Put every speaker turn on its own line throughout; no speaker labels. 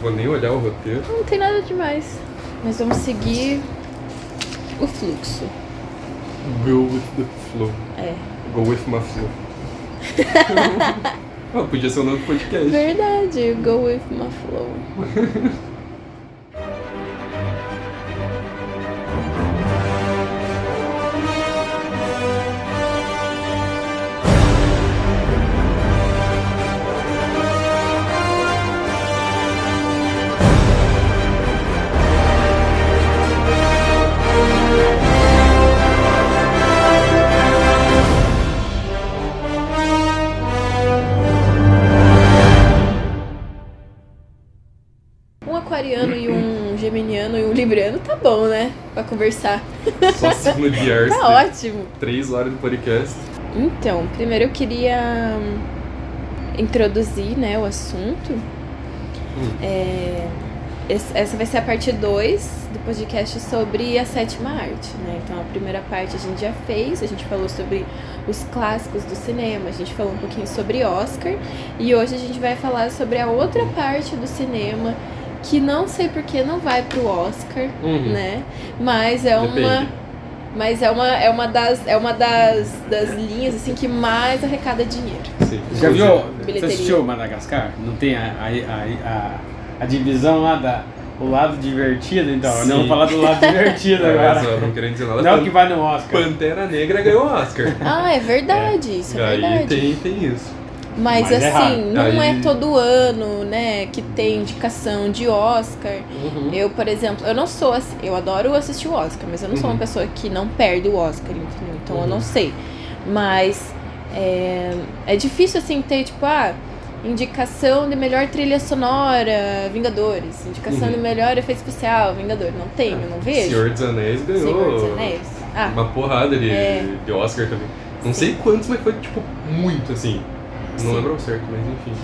Vou nem olhar o roteiro.
Não tem nada demais. Mas vamos seguir o fluxo.
Go with the flow.
É.
Go with my flow. Ah, podia ser o nome do podcast.
É Verdade, go with my flow. Um aquariano e um geminiano e um libriano tá bom, né? Pra conversar.
Só signo de ar.
Tá ótimo.
Três horas de podcast.
Então, primeiro eu queria hum, introduzir né, o assunto. É, es- essa vai ser a parte 2 do podcast sobre a sétima arte. Né? Então, a primeira parte a gente já fez, a gente falou sobre os clássicos do cinema, a gente falou um pouquinho sobre Oscar e hoje a gente vai falar sobre a outra parte do cinema que não sei porque não vai pro Oscar,
Uhum.
né? Mas é uma.
Depende.
Mas é uma, é uma, das, é uma das, das linhas assim que mais arrecada dinheiro.
Sim.
Já viu? Você
Bilheteria.
assistiu Madagascar? Não tem a, a, a, a, a divisão lá da. O lado divertido, então.
Sim.
Não vou falar do lado divertido
É, mas, ó,
agora.
não querendo dizer nada.
Não
Pan-
que vai no Oscar.
Pantera Negra ganhou o Oscar.
Ah, é verdade, isso é
Aí
verdade.
tem, tem isso.
Mas,
Mas é
assim,
raro.
não
Aí-
é todo ano, né, que tem indicação de Oscar. Eu, por exemplo, eu não sou assim, eu adoro assistir o Oscar, mas eu não sou
Uhum.
uma pessoa que não perde o Oscar, entendeu? Então eu
Uhum.
não sei. Mas é, é difícil assim ter, tipo, ah, indicação de melhor trilha sonora, Vingadores. Indicação
Uhum. É.
de melhor efeito especial, Vingadores. Não tem, eu não vejo.
Senhor dos Anéis ganhou.
Senhor dos Anéis. Ah,
Uma porrada de,
É.
de Oscar também. Não
Sim.
sei quantos, mas foi tipo muito assim. Não
Sim.
lembro ao certo, mas enfim.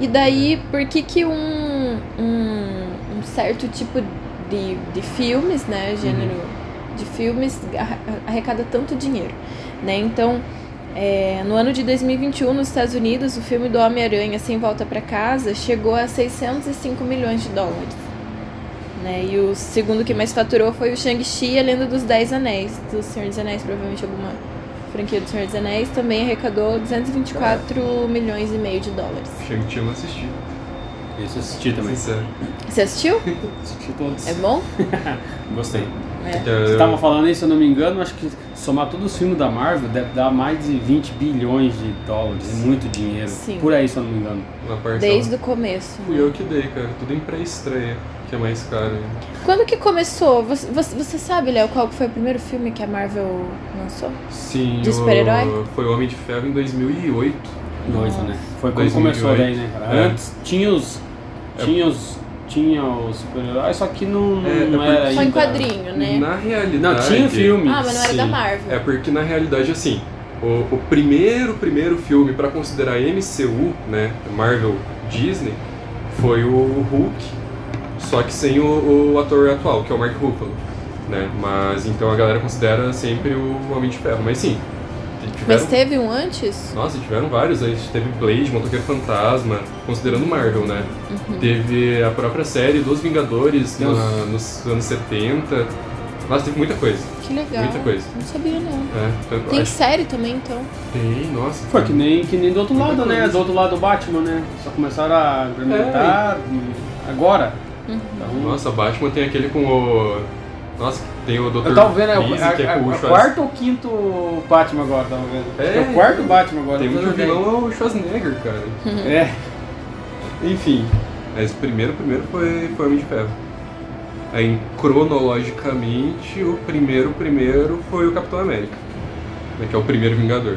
E daí, por que que um, um, um certo tipo de, de filmes, né, gênero de filmes, arra- arrecada tanto dinheiro, né? Então, é, no ano de 2021, nos Estados Unidos, o filme do Homem-Aranha Sem Volta para Casa chegou a 605 milhões de dólares. Né? E o segundo que mais faturou foi o Shang-Chi e a Lenda dos Dez Anéis, do Senhor dos Anéis, provavelmente alguma franquia do Senhor dos Anéis, também arrecadou 224 milhões e meio de dólares.
Shang-Chi eu não assisti,
Isso eu assisti também.
sincero.
Você assistiu?
Assisti todos.
É bom?
Gostei.
É.
Então, Eu-
Você tá tava falando isso, se eu não me engano, acho que somar todos os filmes da Marvel deve dar mais de 20 bilhões de dólares. É muito dinheiro.
Sim.
Por aí, se eu não me engano.
Uma parcela.
Desde o começo.
Fui eu que dei, cara. Tudo em pré-estreia, que é mais caro. ainda.
Quando que começou? Você, você- você sabe, Léo, qual que foi o primeiro filme que a Marvel lançou?
Sim,
De
o-
super-herói?
foi o Homem de Ferro em 2008.
Dois,
Nossa.
né? Foi quando
2008.
começou daí, né? cara?
É.
Antes tinha os.
É.
Tinha os. Tinha os super-heróis, só que não,
É, é
não
porque-
era ainda.
Só em quadrinho, né?
Na realidade.
Não, tinha filme.
Ah, mas não era da
Sim.
Marvel.
É porque na realidade, assim, o, o primeiro, primeiro filme pra considerar MCU, né, Marvel Disney, foi o Hulk, só que sem o, o ator atual, que é o Mark Ruffalo, né, mas então a galera considera sempre o Homem de Ferro, mas sim, tiveram,
Mas teve um antes?
nossa, tiveram vários, a gente teve Blade, Motoqueiro Fantasma, considerando Marvel, né,
Uhum.
teve a própria série dos Vingadores na-
Deus.
nos anos 70, nossa, teve muita coisa,
Que legal.
muita coisa.
Não sabia, não.
né, tanto-
Tem
acho-
série também, então.
tem, nossa.
Foi que nem, que nem do outro
Muita
lado, né?
coisa.
Do outro lado do Batman, né? Só começaram a implementar hum, agora.
Uhum.
Então,
É. Nossa, Batman tem aquele com o. Nossa, tem o Dr.
eu tava vendo, é o
Freeze,
a-
que é
a-
com o
a-
Schwarz-
quarto ou quinto Batman agora, tava vendo.
É.
Acho que o quarto Batman agora.
Tem um que
não
o
sei.
vilão é o Schwarzenegger, cara.
É.
Enfim. Mas o primeiro, o primeiro foi, foi Homem de Ferro. Aí, cronologicamente, o primeiro, o primeiro foi o Capitão América. né, Que é o primeiro Vingador.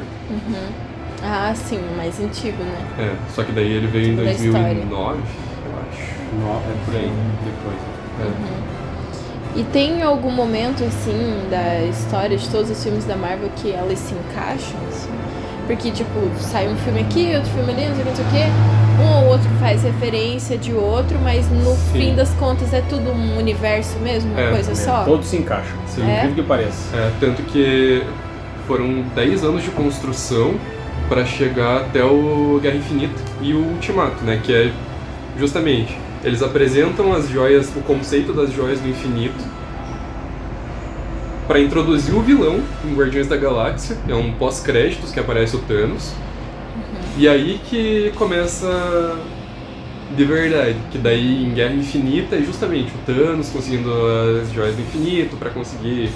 Ah, sim, mais antigo, né?
É, só que daí ele veio em
Da história.
2009, eu acho.
Não, é por aí, depois.
É.
E tem algum momento, assim, da história de todos os filmes da Marvel que elas se encaixam, assim? Porque, tipo, sai um filme aqui, outro filme ali, não sei o que, não sei o que. Um ou outro faz referência de outro, mas no
Sim.
fim das contas é tudo um universo mesmo, uma
É,
coisa só.
Todos se encaixam, por
Sim.
incrível que pareça.
É, tanto que foram 10 anos de construção pra chegar até o Guerra Infinita e o Ultimato, né? Que é justamente Eles apresentam as joias, o conceito das joias do infinito para introduzir o vilão em Guardiões da Galáxia, é um pós-créditos que aparece o Thanos. E aí que começa de verdade, que daí em Guerra Infinita é justamente o Thanos conseguindo as joias do infinito para conseguir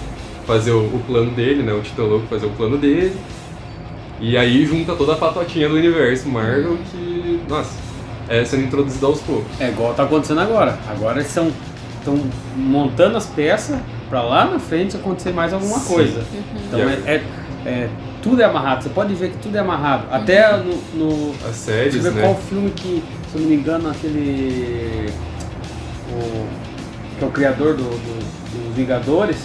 fazer o, o plano dele, né, o Titã Louco fazer o plano dele. E aí junta toda a patotinha do universo Marvel que, nossa, é sendo introduzida aos poucos.
É igual tá acontecendo agora. Agora eles estão montando as peças pra lá na frente acontecer mais alguma
Sim.
coisa. Então
Yeah.
é, é- é- tudo é amarrado. Você pode ver que tudo é amarrado. Até no, no
As
deixa eu
séries,
ver
né?
qual filme que, se eu não me engano, aquele o, que é o criador do- do- dos Vingadores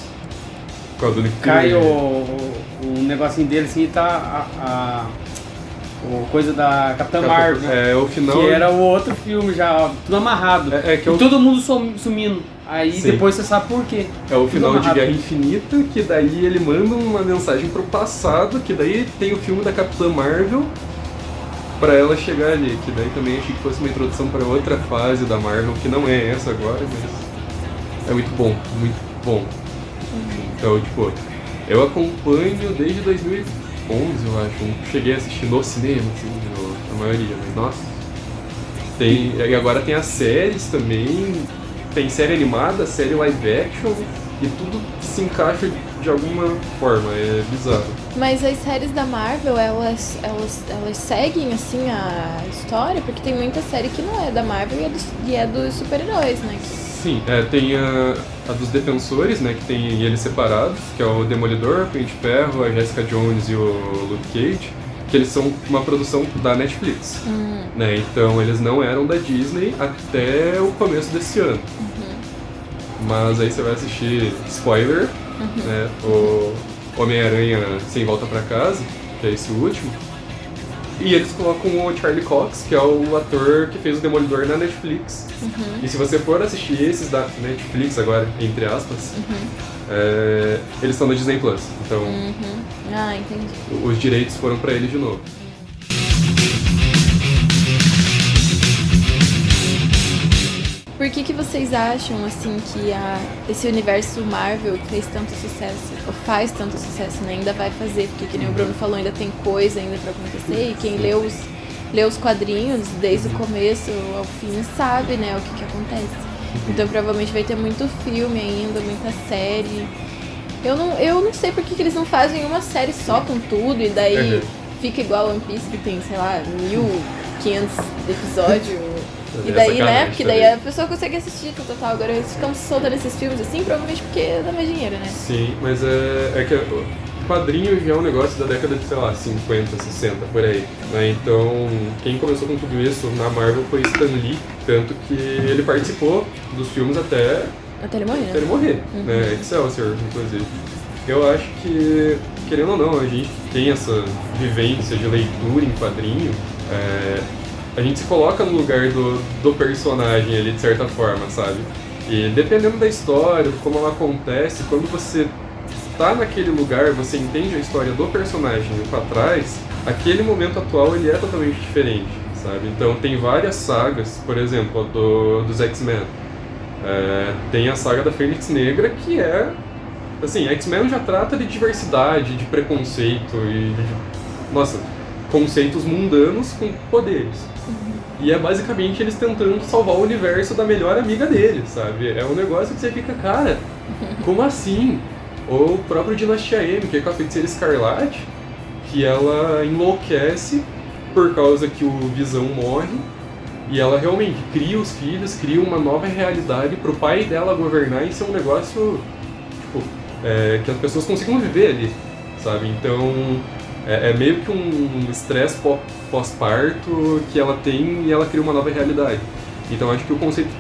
Qual do Nick
cai
Fury.
o, o- um negocinho dele assim e tá a, a- o coisa da Capitã
Capitão-
Marvel.
É, o final.
Que era o outro filme já, tudo amarrado.
É, é que
e
eu-
todo mundo sum- sumindo. Aí
Sim.
depois você sabe por quê.
É o
Tudo
final de
amarrado.
Guerra Infinita, que daí ele manda uma mensagem pro passado, que daí tem o filme da Capitã Marvel pra ela chegar ali, que daí também achei que fosse uma introdução pra outra fase da Marvel, que não é essa agora, mas é muito bom, muito bom. Então, tipo, eu acompanho desde 2011, eu acho, eu cheguei a assistir no cinema, assim, no- a maioria, mas nossa. Tem, e agora tem as séries também, tem série animada, série live action, e tudo se encaixa de alguma forma, é bizarro.
Mas as séries da Marvel, elas, elas, elas seguem, assim, a história? Porque tem muita série que não é da Marvel e é dos, e é dos super-heróis, né? Que-
Sim, é, tem a, a dos defensores, né, que tem eles separados, que é o Demolidor, o Punho de Ferro, a Jessica Jones e o Luke Cage, que eles são uma produção da Netflix. Né, então eles não eram da Disney até o começo desse ano. Mas aí você vai assistir spoiler, né? O Homem-Aranha sem volta pra casa, que é esse último. E eles colocam o Charlie Cox, que é o ator que fez o Demolidor na Netflix.
Uhum.
E se você for assistir esses da Netflix agora, entre aspas,
Uhum.
é, eles estão no Disney Plus. Então
Ah, entendi.
os direitos foram pra eles de novo.
Por que, que vocês acham assim que a- esse universo Marvel que fez tanto sucesso, ou faz tanto sucesso, né? ainda vai fazer? Porque que nem o Bruno falou, ainda tem coisa ainda pra acontecer. E quem leu os, leu os quadrinhos desde o começo ao fim sabe, né, o que, que acontece. Então provavelmente vai ter muito filme ainda, muita série. Eu não, eu não sei por que, que eles não fazem uma série só com tudo e daí
Uhum.
fica igual One Piece que tem, sei lá, 1500 episódios. E
É
daí, né?
sacanagem
Porque daí
também.
a pessoa consegue assistir no total. Agora eles ficam soltando esses filmes assim, provavelmente porque dá mais dinheiro, né?
Sim, mas é, é que o quadrinho já é um negócio da década de, sei lá, 50, 60, por aí. né? Então, quem começou com tudo isso na Marvel foi Stan Lee, tanto que ele participou dos filmes até
Até ele morrer,
até ele
né?
morrer, né? Excelsior, inclusive. Eu acho que, querendo ou não, a gente tem essa vivência de leitura em quadrinho, é, a gente se coloca no lugar do, do personagem ali, de certa forma, sabe? E dependendo da história, como ela acontece, quando você tá naquele lugar, você entende a história do personagem pra trás, aquele momento atual ele é totalmente diferente, sabe? Então tem várias sagas, por exemplo, a do, dos X-Men. É, tem a saga da Fênix Negra, que é. Assim, X-Men já trata de diversidade, de preconceito e. de- nossa, conceitos mundanos com poderes. E é basicamente eles tentando salvar o universo da melhor amiga deles, sabe? É um negócio que você fica, cara, como assim? Ou o próprio Dinastia M, que é com a feiticeira escarlate, que ela enlouquece por causa que o Visão morre. E ela realmente cria os filhos, cria uma nova realidade pro pai dela governar e ser um negócio tipo, é, que as pessoas consigam viver ali, sabe? Então é, é meio que um estresse pó- pós-parto que ela tem e ela cria uma nova realidade. Então acho que o conceito,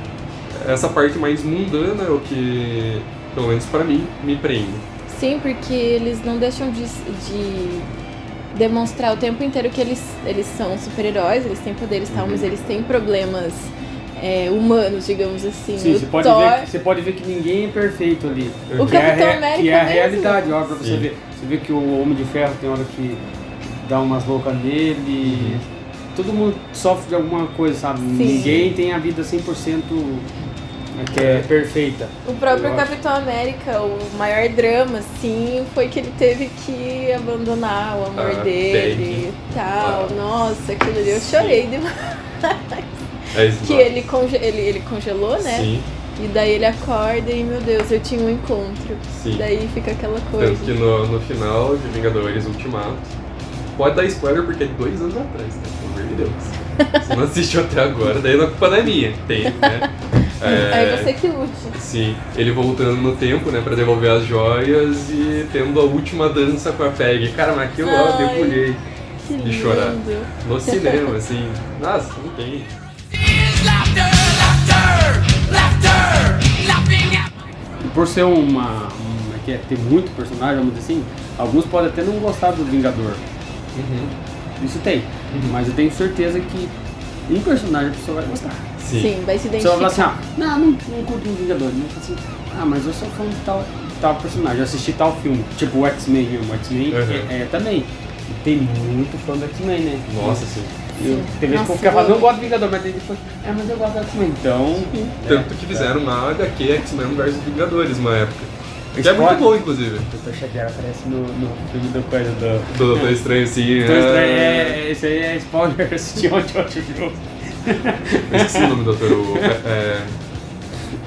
essa parte mais mundana é o que, pelo menos pra mim, me prende.
Sim, porque eles não deixam de, de demonstrar o tempo inteiro que eles, eles são super-heróis, eles têm poderes e
Uhum.
tal, mas eles têm problemas é, humanos, digamos assim.
Sim,
o
você pode,
Thor,
ver, que- você pode ver que ninguém é perfeito ali.
O
que é a
Capitão
rea-
América
Que é a
mesmo.
realidade, ó, pra você
Sim. Uhum.
ver. Você vê que o Homem de Ferro tem hora que dá umas loucas nele. todo mundo sofre de alguma coisa, sabe?
Sim.
Ninguém tem a vida 100% que é perfeita.
O próprio
Eu acho.
Capitão América, o maior drama, assim, foi que ele teve que abandonar o amor
Ah,
dele e tal.
Ah.
Nossa, aquilo ali eu
Sim.
chorei demais.
É isso,
Que
nossa.
ele, conge- ele, ele congelou, né?
Sim,
E daí ele acorda e, meu Deus, eu tinha um encontro.
sim.
Daí fica aquela
Tanto que
coisa.
no, no final de Vingadores Ultimato. Pode dar spoiler porque é dois anos atrás, né? Pelo amor de Deus. Você não assistiu até agora, daí não- a culpa não é minha. Tem, né? É,
Aí você que lute.
Sim, ele voltando no tempo, né, pra devolver as joias e tendo a última dança com a Peg. Cara, mas aquilo lá eu
Ai.
debulhei
Que lindo.
De chorar. no cinema, assim. Nossa, não tem.
Laughter, laughter, laughter, laughing at
E por ser uma. uma que é, ter muito personagem, vamos dizer assim, alguns podem até não gostar do Vingador.
Uhum.
Isso tem. Mas eu tenho certeza que um personagem a pessoa vai gostar.
Sim.
Sim. vai se
A pessoa vai
identificar.
falar assim, ah, não, não, não curto o Vingador. Mas fala assim, ah, mas eu sou fã de tal, tal personagem, eu assisti tal filme. Tipo o X-Men mesmo, o X-Men
Uhum.
é, é também. E Tem muito fã do X-men, né?
Nossa, sim.
Eu, tem vezes que eu
Nossa,
ficava,
eu-
não gosto do Vingador, mas aí depois, é, mas eu gosto do X-Men. Então,
Tanto que fizeram uma HQ X-Men vs Vingadores uma época. Que é
Spoiler.
muito bom, inclusive.
o Dr. Xavier aparece no, no filme do coisa do...
Do Doutor Estranho, sim.
Doutor Estranho,
é-
é, esse aí é spoiler, eu assisti ontem, ontem o jogo.
Eu esqueci o nome do doutor. O, é, é,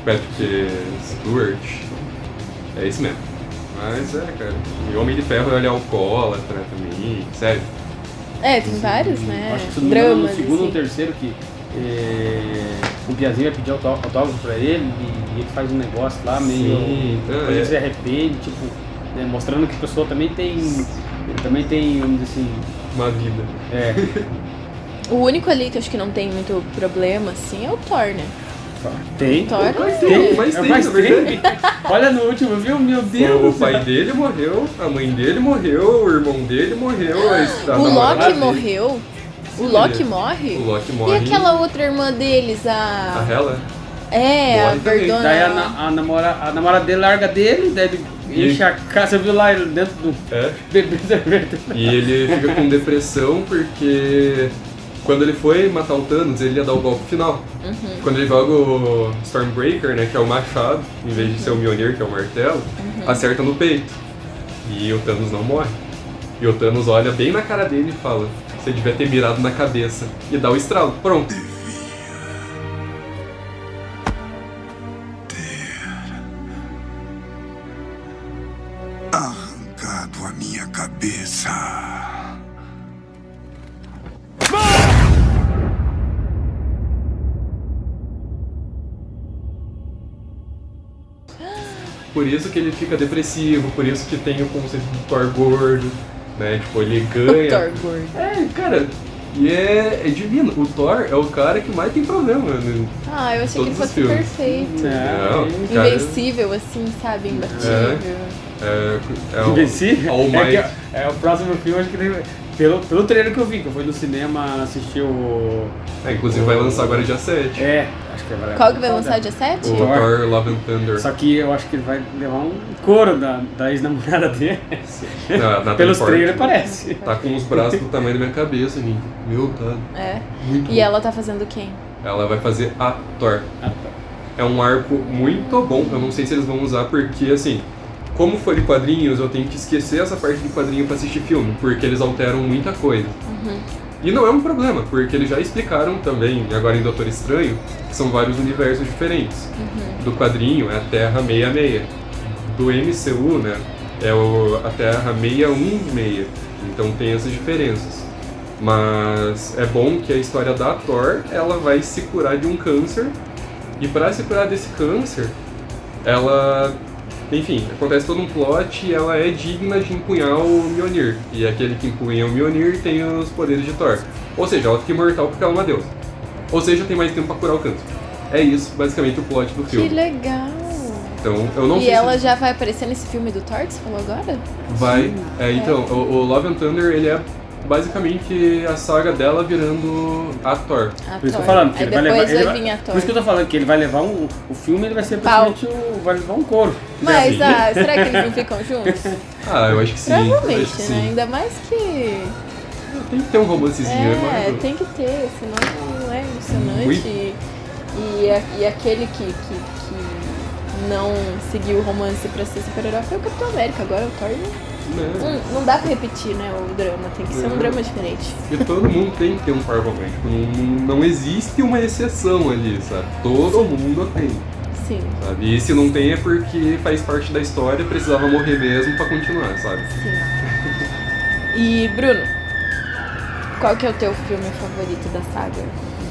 Patrick Stewart. É isso mesmo. Mas é, cara. E Homem de Ferro ele é alcoólatra também. Sério.
É, tem vários, né?
assim, ah, Acho que se não me engano,
Dramas,
no segundo ou
assim.
terceiro que é, o Piazinho vai pedir autó- autógrafo pra ele e, e ele faz um negócio lá meio.
Sim, é,
depois ele
é.
se arrepende, tipo, né, mostrando que a pessoa também tem. Também tem, vamos dizer assim.
Uma vida.
É.
O único ali que eu acho que não tem muito problema, assim, é o Thor, né?
tem.
Thor
Mas
é-
tem, mas
É,
tem,
mas
na verdade.
Olha no último, viu? Meu Deus!
O, o pai dele morreu, a mãe dele morreu, o irmão dele morreu, a es- a
o
namorada
Loki
dele-
morreu. O Loki morre?
é O Loki morre.
E aquela outra irmã deles,
A
a.
Hela?
é, a
morre também.
Verdona.
Daí a, na- a namora, a namorada dele larga dele, daí ele
E-
enche a casa, você viu lá ele dentro do
É.
bebê cerveja.
E ele fica com depressão porque quando ele foi matar o Thanos, ele ia dar o golpe final.
Uhum.
Quando ele joga o Stormbreaker, né, que é o machado, em vez de ser o Mjolnir, que é o martelo,
Uhum.
acerta no peito. E o Thanos não morre. E o Thanos olha bem na cara dele e fala: Você devia ter mirado na cabeça. E dá o estralo. Pronto.
arrancado a minha cabeça.
Por isso que ele fica depressivo, por isso que tem o conceito do Thor gordo, né? Tipo, ele ganha.
O Thor gordo.
É, cara, e é, é divino. O Thor é o cara que mais tem problema, né?
Ah, eu achei que ele
Todos os
fosse
filmes.
perfeito.
Não, cara,
Invencível, assim, sabe? Imbatível.
É, é o
Invencível?
All
é,
Might.
que é, é o próximo filme, acho que ele, pelo, pelo trailer que eu vi, que eu fui no cinema assistir o.
É, inclusive vai lançar agora dia 7.
É, acho que vai
Qual que vai lançar dia 7?
O
Thor.
Thor Love and Thunder.
Só que eu acho que ele vai levar um couro da, da ex-namorada dele.
Não, a Natalie
Pelos
Portman.
trailers parece.
Tá com os braços do tamanho da minha cabeça, gente. Meu, tá
É.
muito
E
bom.
ela tá fazendo quem?
Ela vai fazer a Thor.
Ah, tá.
É um arco muito bom. Eu não sei se eles vão usar, porque assim, como foi de quadrinhos, eu tenho que esquecer essa parte de quadrinho pra assistir filme, porque eles alteram muita coisa. E não é um problema, porque eles já explicaram também, agora em Doutor Estranho, que são vários universos diferentes. Do quadrinho é a Terra 66. Do MCU, né? É o, a Terra 616. Então tem essas diferenças. Mas é bom que a história da Thor ela vai se curar de um câncer e para se curar desse câncer, ela. Enfim, acontece todo um plot e ela é digna de empunhar o Mjolnir. E aquele que empunha o Mjolnir tem os poderes de Thor. Ou seja, ela fica imortal porque ela é uma deusa. Ou seja, tem mais tempo pra curar o câncer. É isso, basicamente, o plot do
Que
filme.
legal.
Então, eu não
e
sei
ela
se
já vai aparecer nesse filme do Thor, que você falou agora?
vai. É, então, o, o Love and Thunder, ele é basicamente a saga dela virando a Thor.
A
Por isso que eu
Thor.
tô falando, que
Aí
ele vai
depois
levar. ele
vai
vai-
vir a Thor.
Por isso que eu tô falando, que ele vai levar um. O filme ele vai ser
Pau.
praticamente o. Vai levar um couro.
Mas ah, será que eles não ficam juntos?
Ah, eu acho que sim. eu acho
Provavelmente,
que
né?
sim.
Ainda mais que
Tem que ter um romancezinho, é
É,
maravilhoso.
tem que ter, senão não é emocionante.
Muito.
E, e, a- e aquele que, que, que não seguiu o romance pra ser super-herói foi o Capitão América. Agora o Thor não-
Né?
não, não dá pra repetir, né? O drama, tem que ser
Uhum.
um
É.
drama diferente.
Porque todo mundo tem que ter um par romântico. Não, não existe uma exceção ali, sabe? Todo mundo tem,
Sim,
sabe? E se não tem é porque faz parte da história, precisava morrer mesmo pra continuar, sabe?
sim. E Bruno, qual que é o teu filme favorito da saga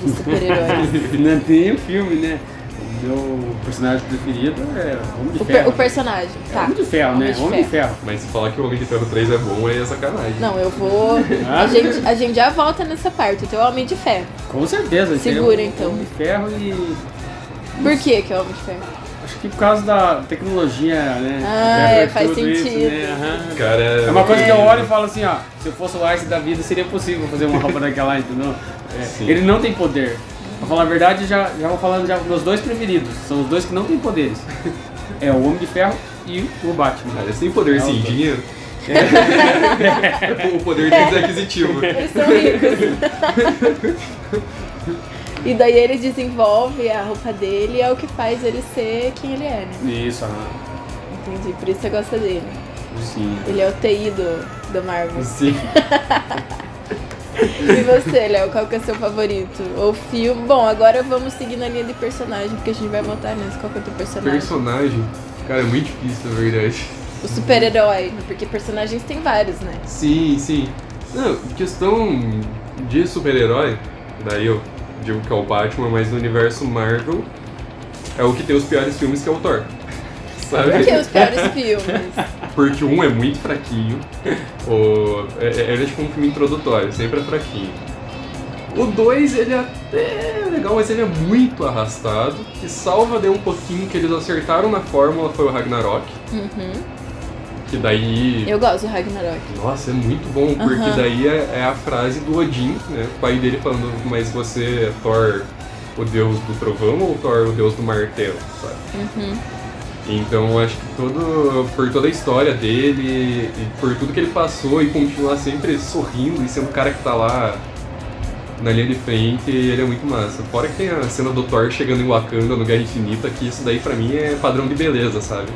de super-heróis?
Não tem o filme, né? O meu personagem preferido é Homem de
O, per-
Ferro.
o personagem,
É
tá.
Homem de Ferro, né? Homem de Ferro.
Mas se falar que o Homem de Ferro 3 é bom, aí é sacanagem.
Não, eu vou. A
Ah.
gente, a gente já volta nessa parte. O teu é Homem de Ferro.
Com certeza. esse
Segura,
é o-
então.
Homem de Ferro e
Por que que é o Homem de Ferro?
Acho que por causa da tecnologia, né?
Ah,
Que
é,
abre
faz
tudo isso,
sentido.
né? Aham.
Cara,
É uma coisa que eu olho e falo assim, ó, se eu fosse o Einstein da vida, seria possível fazer uma roupa daquela, entendeu? É,
Sim.
ele não tem poder. Pra falar a verdade, já, já vou falando já meus dois preferidos. São os dois que não têm poderes. É o Homem de Ferro e o Batman.
Cara, sem poder,
É
sim,
o-
dinheiro. o poder deles é aquisitivo.
Eles são ricos. e daí ele desenvolve a roupa dele e é o que faz ele ser quem ele é, né?
Isso, aham.
Entendi. Por isso você gosta dele.
Sim.
Ele é o TI do, do Marvel.
Sim.
E você, Léo, qual que é o seu favorito? Ou filme? Bom, agora vamos seguir na linha de personagem, porque a gente vai voltar nisso. Qual que é o teu personagem?
Personagem. Cara, é muito difícil, na verdade.
o super-herói, porque personagens tem vários, né?
Sim, sim. Não, questão de super-herói, daí eu digo que é o Batman, mas no universo Marvel é o que tem os piores filmes que é o Thor.
Por
Sabe?
que os piores filmes?
Porque um é muito fraquinho. O, é- é- ele é tipo um filme introdutório, sempre é fraquinho. O dois ele é até legal, mas ele é muito arrastado. Que salva de um pouquinho que eles acertaram na fórmula foi o Ragnarok.
Uhum.
Que daí.
Eu gosto do Ragnarok.
Nossa, é muito bom, porque
Aham.
daí é, é a frase do Odin, né? O pai dele falando, mas você é Thor, o deus do trovão, ou Thor, o deus do martelo, sabe? Então eu acho que todo, por toda a história dele, e por tudo que ele passou, e continuar sempre sorrindo e sendo o cara que tá lá na linha de frente, ele é muito massa. Fora que tem a cena do Thor chegando em Wakanda, no Guerra Infinita, que isso daí pra mim é padrão de beleza, sabe?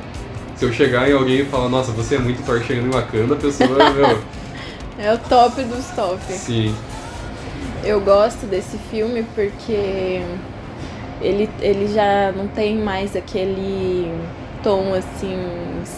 Se eu chegar em alguém e falar, nossa, você é muito Thor chegando em Wakanda, a pessoa, meu,
É o top dos tops.
Sim,
Eu gosto desse filme porque ele, ele já não tem mais aquele tom assim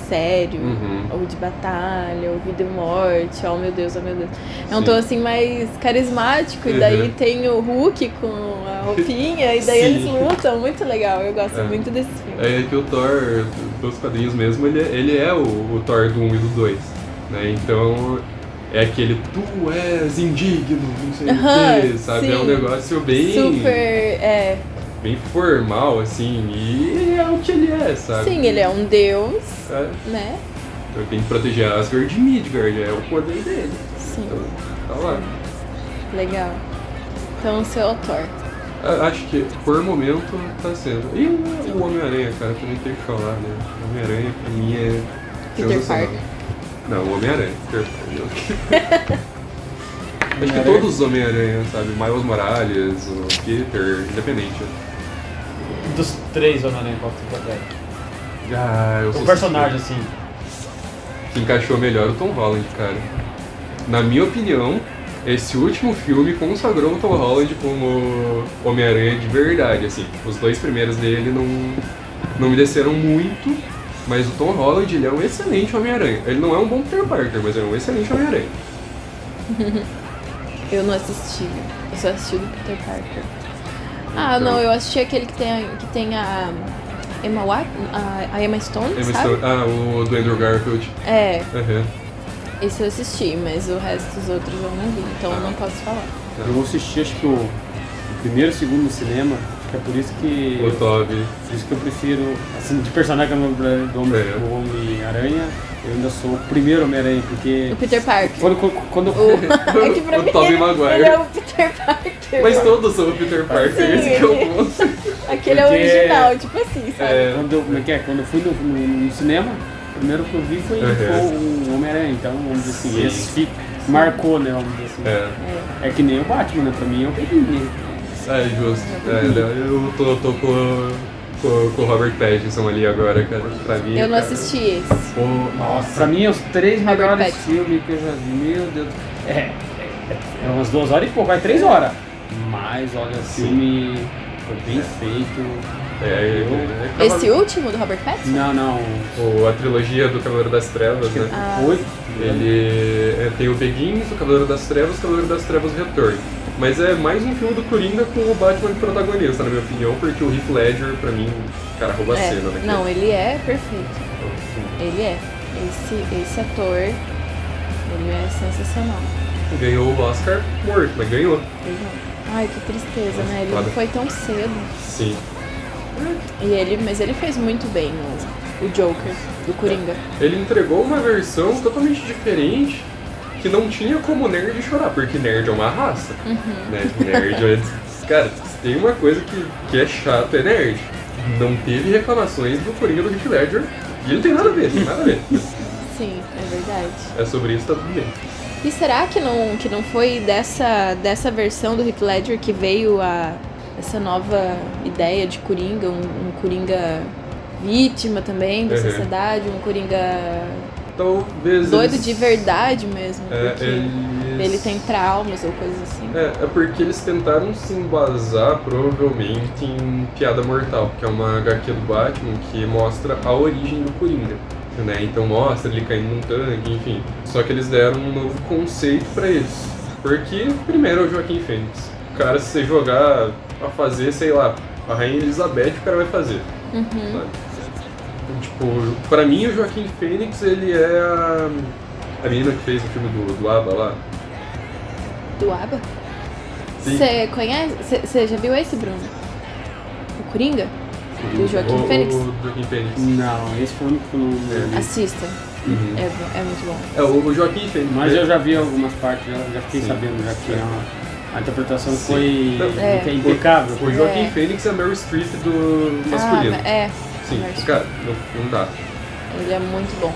sério,
Uhum.
ou de batalha, ou vida e morte, oh meu Deus, oh meu Deus. É um
Sim.
tom assim mais carismático, e daí
Uhum.
tem o Hulk com a roupinha, e daí
Sim.
eles lutam, muito legal. Eu gosto
É.
muito desse filme.
é que o Thor dos quadrinhos mesmo, ele, ele é o, o Thor do 1 e do 2, né? Então é aquele tu és indigno, não sei
Aham,
o que, sabe? É um
sim.
negócio bem,
Super. É,
bem formal, assim, e é o que ele é, sabe?
sim, ele é um deus,
É,
né?
então tem que proteger Asgard de Midgard, é o poder dele.
Sim,
Então, tá lá.
legal. Então o seu autor.
A- Acho que por momento tá sendo. E o- o Homem-Aranha, cara, também tem que falar, né? O Homem-Aranha pra mim é.
Peter
sensacional.
Parker.
Não, o Homem-Aranha. Peter Parker. Acho que
Homem-Aranha.
todos os Homem-Aranha, sabe? Miles Morales, o Peter, independente.
Dos três Homem-Aranha, qual que você prefere?
Ah, eu
O personagem, assim.
Que encaixou melhor o Tom Holland, cara. Na minha opinião, esse último filme consagrou o Tom Holland como Homem-Aranha de verdade, assim. Os dois primeiros dele não, não me desceram muito, mas o Tom Holland, ele é um excelente Homem-Aranha. Ele não é um bom Peter Parker, mas ele é um excelente Homem-Aranha.
Eu não assisti. Eu só assisti o do Peter Parker. Ah,
Então.
não, eu assisti aquele que tem a, que tem a Emma White, a, a Emma Stone,
Emma
sabe?
Stone- Ah, o do Andrew Garfield.
É,
Aham.
esse eu assisti, mas o resto dos outros eu não vi, então eu
Ah.
não posso falar.
Eu vou assistir, acho que o, o primeiro e o segundo no cinema. Acho que é por isso que...
O Toby.
Por isso que eu prefiro, assim, de personagem do Homem- do Homem-
É.
do Homem-Aranha, eu ainda sou o primeiro Homem-Aranha, porque
O Peter Parker.
quando, quando, quando
O... é que pra
O
mim
Tobey
ele,
Maguire.
ele é o Peter Parker.
Mas todos são o Peter Parker,
Sim,
esse que é o
ele-
ponto.
Aquele é o
Porque-
original, tipo assim, sabe?
É.
quando eu, como é que é? Quando eu fui no, no- no cinema, o primeiro que eu vi foi
Uhum.
foi o Homem-Aranha, então vamos dizer assim,
Sim.
esse fi- marcou, né? Vamos dizer assim.
É,
É. que nem o Batman, né? Pra mim é o Peguinho.
é justo. É, eu tô, tô com, com, com o Robert Pattinson ali agora, cara. Pra mim,
Eu não
cara,
assisti esse.
pô, nossa,
Pra mim é os três
Robert
melhores
Pattinson.
filmes que eu já vi. Meu Deus. É, é, é umas duas horas e pouco, vai três horas. É. Mas olha, o
Sim.
filme foi bem feito.
é, é, é,
Esse último do Robert Pattinson?
Não, não.
o- a trilogia do Cavaleiro das Trevas, né?
Ah.
Oito.
Ele é, tem o Begins, o Cavaleiro das Trevas, o Cavaleiro das Trevas Retorno. Mas é mais um filme do Coringa com o Batman protagonista, na minha opinião, porque o Heath Ledger, pra mim, cara, rouba a
É,
cena, né?
não, ele é perfeito. Ele é. Esse, esse ator, ele é sensacional.
Ganhou o Oscar morto, mas ganhou.
Ele não- Ai, que tristeza, né? Ele
Claro.
não foi tão cedo.
Sim.
E ele, mas ele fez muito bem o, o Joker do Coringa.
Ele entregou uma versão totalmente diferente que não tinha como nerd chorar, porque nerd é uma raça.
Uhum.
Né? Nerd é. Cara, se tem uma coisa que, que é chato, é nerd. Não teve reclamações do Coringa do Heath Ledger. E ele tem nada a ver, tem nada a ver.
Sim, é verdade.
É sobre isso, tá tudo bem.
E será que não, que não foi dessa, dessa versão do Heath Ledger que veio a essa nova ideia de Coringa, um, um Coringa vítima também da
Uhum.
sociedade, um Coringa
Talvez.
doido
eles-
de verdade mesmo.
É,
porque
eles...
ele tem traumas ou coisas assim.
É, é porque eles tentaram se embasar, provavelmente, em Piada Mortal, que é uma HQ do Batman que mostra a origem do Coringa. Né? Então mostra ele caindo num tanque, enfim. Só que eles deram um novo conceito pra isso. Porque, primeiro, é o Joaquim Fênix. O cara, se você jogar a fazer, sei lá, a Rainha Elizabeth, o cara vai fazer.
Uhum.
sabe? Tipo, pra mim o Joaquim Fênix, ele é a, a menina que fez o filme do, do ABBA lá.
Do ABBA?
Sim.
Você conhece? Você já viu esse, Bruno? O Coringa? Do Joaquim
O- o-
Fênix?
O Joaquim Fênix.
Não, esse foi o único que eu não- não vi.
Assista.
Uhum.
É, bo- é muito bom.
É, o o Joaquim Fênix.
Mas eu já vi algumas partes, já, já fiquei
Sim.
sabendo já que é uma- a interpretação
Sim.
foi
É.
que é impecável.
O Joaquim
É.
Fênix é a Meryl Streep do masculino.
Ah, é.
Sim,
Meryl
cara, não, não dá.
Ele é muito bom.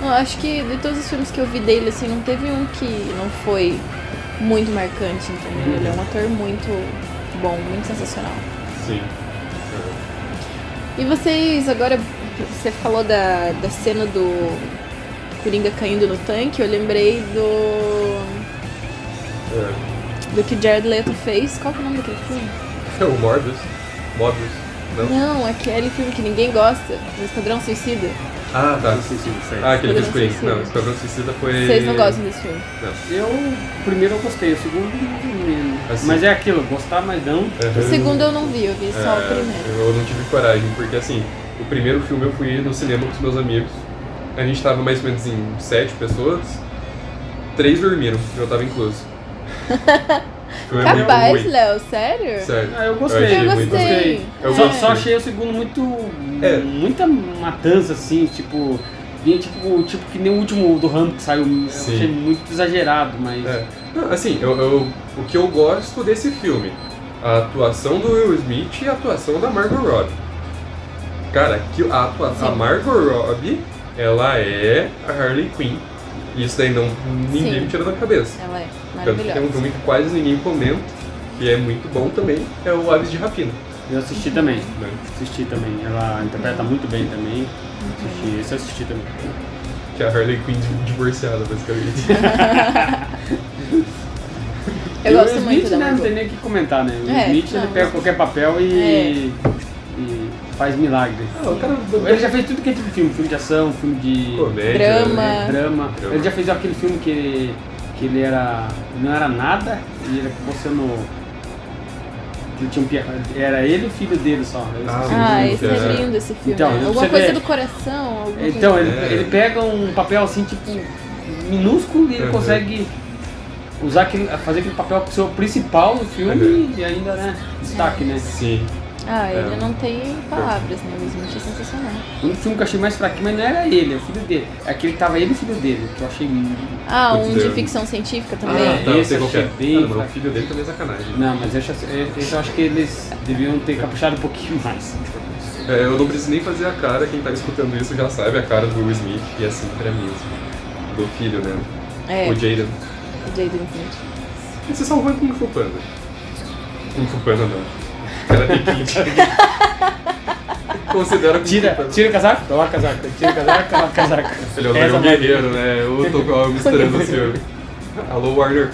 Não, eu acho que de todos os filmes que eu vi dele, assim, não teve um que não foi muito marcante, entendeu? Ele é um ator muito bom, muito sensacional.
Sim.
E vocês, agora, você falou da, da cena do Coringa caindo no tanque, eu lembrei do.
É.
do que Jared Leto fez. Qual que é o nome daquele filme?
É. o Morbius. Morbius. Não?
Não, aquele filme que ninguém gosta, do Esquadrão Suicida.
Ah, tá.
Não sei se isso é.
Ah, aquele fez
Esquadrão
Queen.
Suicida.
Não, Esquadrão Suicida foi.
Vocês não gostam desse filme?
Não.
Eu, o primeiro eu gostei, o segundo mais ou menos.
Assim.
Mas é aquilo, gostar mas não.
O
Uhum.
segundo eu não vi, eu vi só o
É,
primeiro.
Eu não tive coragem, porque assim, o primeiro filme eu fui no cinema com os meus amigos. A gente tava mais ou menos em sete pessoas. Três dormiram, eu tava incluso. Foi muito
Capaz, né?
ruim.
Léo, sério?
um Sério.
Ah, eu gostei.
achei
Eu
muito
gostei.
ruim. Eu
Só,
gostei.
só achei o segundo muito.
É.
muita matança, assim, tipo. vinha tipo, tipo que nem o último do Rambo que saiu.
Sim.
Eu achei muito exagerado, mas.
É. Não, assim, eu, eu- o que eu gosto desse filme? A atuação do Will Smith e a atuação da Margot Robbie. Cara, que a, atua- a Margot Robbie, ela é a Harley Quinn. Isso daí não ninguém
Sim.
me tira da cabeça.
Ela é
Tanto que tem um
maravilhosa.
filme que quase ninguém comenta, que é muito bom também, é o Aves de Rapina.
Eu assisti também.
né?
Assisti também. Ela interpreta muito bem também. Assisti, esse eu assisti também.
Que é a Harley Quinn di- divorciada, basicamente.
Eu
E o
gosto
Smith,
muito da
né, Não
Margot.
tem nem o que comentar, né? O
É,
Smith
não,
ele pega
não.
qualquer papel e,
É.
e faz milagre.
Ah, o cara
Ele já fez tudo que é tipo de filme, filme de ação, filme de
comédia.
Drama.
né?
de É, drama.
Drama.
Ele já fez aquele filme que, que ele era. não era nada e ele acabou sendo. Ele tinha um pia- Era ele e o filho dele só. Eu esqueci o
Ah,
nome.
esse é lindo, esse filme.
Então,
alguma
você
coisa
vê-
do coração, alguma
Então, ele,
É.
ele pega um papel assim, tipo, minúsculo e ele
Uhum.
consegue usar aquele, fazer aquele papel que é o principal no filme
Uhum.
e ainda, né, destaque, né?
Sim.
Ah,
É.
ele não tem palavras, né? O Smith é sensacional.
O único filme que eu achei mais fraquinho, mas não era ele, é o filho dele. É aquele que tava ele e o filho dele, que eu achei...
Ah, um
Putz,
de
eu-
ficção científica
Ah,
também.
tá, eu
Esse
sei qual que é.
achei bem
Ah, não, mas o
fraco.
filho dele também é sacanagem.
Não, mas eu acho, eu- eu acho que eles deviam ter caprichado um pouquinho mais.
É, eu não preciso nem fazer a cara, quem tá escutando isso já sabe a cara do Will Smith, e assim pra mesmo. Do filho, né?
É.
O Jaden.
Jaden Smith.
E você salvou em Kung Fu Panda. Kung Fu Panda não. Karate Kid. Considera Kung Fu
Tira,
Panda.
tira o casaco, coloca o casaco. Tira o casaco, coloca o casaco.
Ele é o
Essa
Dragão
mais-
Guerreiro, né? Eu tô ó, misturando os filmes. Alô, Warner.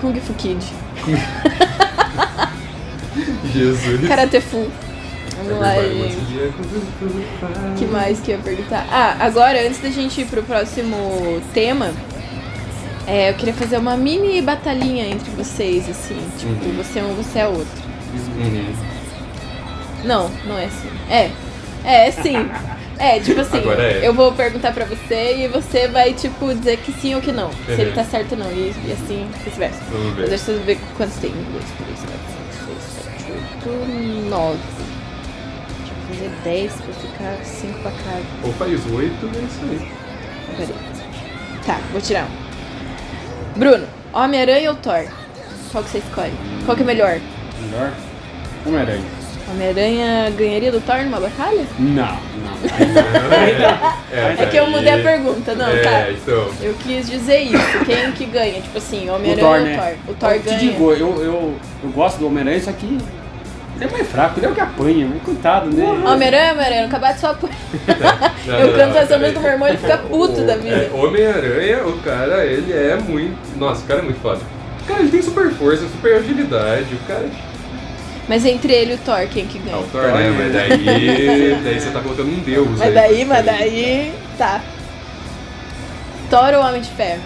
Kung Fu Kid.
Jesus.
Karate Fu. Vamos lá, é
Everybody wants
gente.
to be a Kung Fu Panda.
que mais que eu ia perguntar? Ah, agora, antes da gente ir pro próximo tema, é, eu queria fazer uma mini batalhinha entre vocês, assim. Tipo,
Uhum.
você é um, você é outro.
Uhum.
Não, não é assim. É. É, é sim. É, tipo assim,
Agora é.
eu vou perguntar pra você e você vai, tipo, dizer que sim ou que não. Se ele
Uhum.
tá certo ou não. E, e assim, vice-versa.
Vamos ver.
Deixa eu ver quantos tem. Um, dois, três, quatro, cinco, seis, sete, oito, nove. Deixa eu fazer dez pra ficar cinco pra cada.
Ou faz oito, é isso aí.
Peraí. Tá, vou tirar um. Bruno, Homem-Aranha ou Thor? Qual que você escolhe? Qual que é melhor?
Melhor? Homem-Aranha.
Homem-Aranha ganharia do Thor numa batalha?
Não, não. Aí não.
É que eu mudei a pergunta, não,
é,
tá?
então.
Eu quis dizer isso. Quem que ganha? Tipo assim,
O Thor,
Homem-Aranha
né?
ou Thor? O Thor
eu te
ganha.
digo, eu, eu, eu gosto do Homem-Aranha, só que ele é mais fraco, ele é o que apanha, mas coitado, né?
Homem-Aranha, Homem-Aranha, acabar de só apanhar.
Não,
Eu
não,
canto
não,
as ondas
peraí.
do meu irmão e ele fica puto da
É,
vida.
Homem-Aranha, o cara, ele é muito. Nossa, o cara é muito foda. Cara, ele tem super força, super agilidade, o cara.
Mas entre ele e o Thor, quem que ganha?
Ah, o Thor, né? Mas daí. daí você tá colocando um deus.
É. Mas daí, mas daí. Tá. Thor ou Homem de Ferro?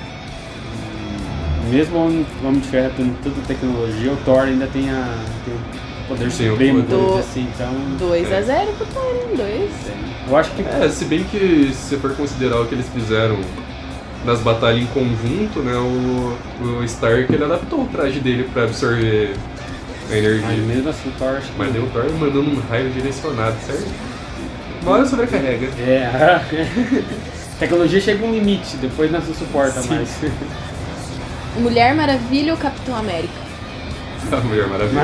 Mesmo o Homem- o Homem de Ferro tendo tanta tecnologia, o Thor ainda tem, a, tem o poder
Sim, o
supremo,
poder.
vamos dizer assim, então...
2
É.
a 0 pro Thor, hein? 2.
Eu acho que
É, se bem que se for considerar o que eles fizeram nas batalhas em conjunto, né? O, o Stark ele adaptou o traje dele pra absorver a
Mas
energia.
mesmo assim, o Thor acho que.
Mas deu o Thor mandando um raio direcionado, certo? Uma hora sobrecarrega.
É. Tecnologia chega a um limite, depois não se suporta
Sim.
mais.
Mulher Maravilha ou Capitão América?
A Mulher Maravilha.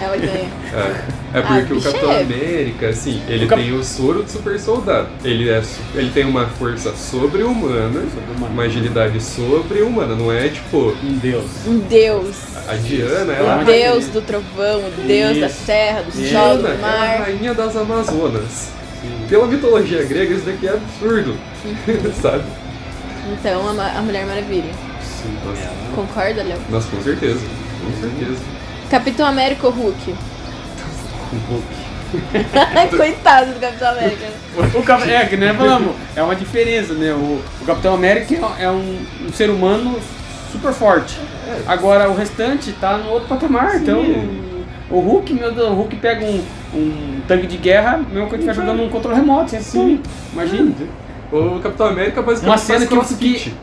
Ela ganha.
É, é porque
Ah,
o
bicho
Capitão
é.
América, assim, ele
cap-
tem o soro de super soldado. Ele, é, su- ele tem uma força sobre-humana,
Sobre-humana.
uma agilidade sobre-humana. Não é tipo,
Um Deus.
Um deus.
a Diana, ela,
O
Ah,
deus
sim.
do trovão, o deus da
Isso.
terra, do sol,
Diana
do
é a
mar.
rainha das Amazonas.
Sim.
Pela mitologia grega, isso daqui é absurdo. Sabe?
Então, a, Ma- a Mulher Maravilha.
Sim,
Nossa.
ela.
Concorda, Léo?
Nossa, com certeza. Com certeza.
Capitão América ou Hulk?
Um pouco.
Coitado do Capitão América.
O Cap... É, que nós falamos, é uma diferença, né? O, o Capitão América é um, um ser humano super forte. Agora o restante tá no outro patamar, então. O Hulk, meu Deus, o Hulk pega um, um tanque de guerra, mesmo que ele estiver jogando um controle remoto, assim,
Sim.
imagina.
O Capitão América basicamente
Uma cena
faz
que eu
crossfit.
fiquei-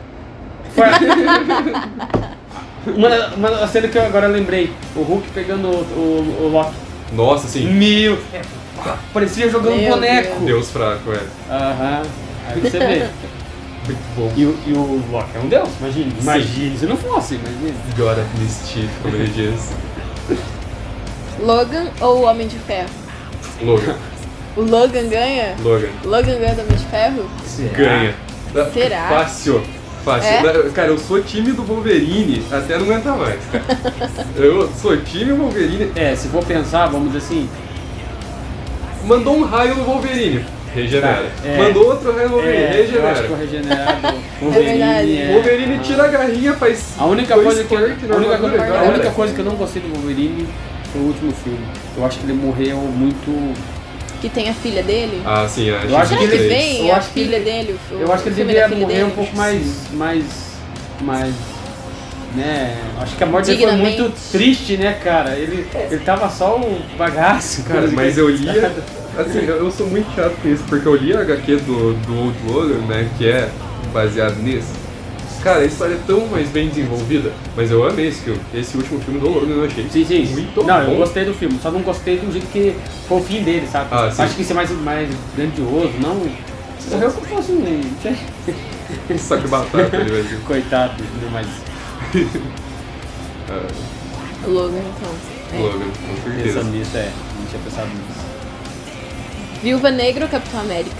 Foi a- uma, da- uma da cena que eu agora lembrei, o Hulk pegando o, o, o Loki.
Nossa, assim,
Meu! pá, Parecia jogando
Meu
um boneco.
Deus fraco, é.
Aham. Aí você vê.
Muito bom.
E o, e o Loki é um deus, imagina. Imagina, se não fosse, imagina.
God of Mischief, como ele diz.
Logan ou Homem de Ferro?
Logan,
O Logan ganha?
Logan.
O Logan ganha do Homem de Ferro?
É.
Ganha.
Ah, Será?
Fácil. Fácil.
É?
Da- Cara, eu sou time do Wolverine até não aguentar mais, cara. eu sou time Wolverine.
É, se for pensar, vamos dizer assim,
Mandou um raio no Wolverine. Regenera.
Tá, é.
Mandou outro raio no Wolverine.
é, eu acho que o
regenera.
regenerado. o
verdade.
Wolverine é-
Wolverine tira a garrinha, faz.
A única,
dois
coisa que,
squirt na
a, única,
armadura,
coisa- a
cara.
única coisa que eu não gostei do Wolverine foi o último filme. Eu acho que ele morreu muito
Que tem a filha dele?
Ah, sim, acho
Eu acho
Será
que
que
ele-
vem
eu
a
acho que
filha
ele-
dele? o-
Eu acho que ele
o filme da
deveria
filha
morrer
dele?
um pouco mais. mais. mais. né. Acho que a morte dele foi
Dignamente.
muito triste, né, cara? Ele, ele tava só o bagaço,
Cara,
cara.
mas eu lia. Assim, eu eu sou muito chato com isso, porque eu li a HQ do, do Old Logan, né? Que é baseado nisso. Cara, a história é tão mais bem desenvolvida. Mas eu amei esse filme. Esse último filme do Logan eu achei
Sim, sim.
muito
não,
bom.
eu gostei do filme, só não gostei do jeito que foi o fim dele, sabe?
Ah, sim.
acho que isso é mais, mais grandioso, não. Morreu como se fosse um.
Só que batata ali, mas.
Coitado, né? Mas.
ah,
O Logan, então.
Logan, com
Pensando
certeza.
nisso, é. Não tinha pensado nisso.
É. Viúva Negra ou Capitão América?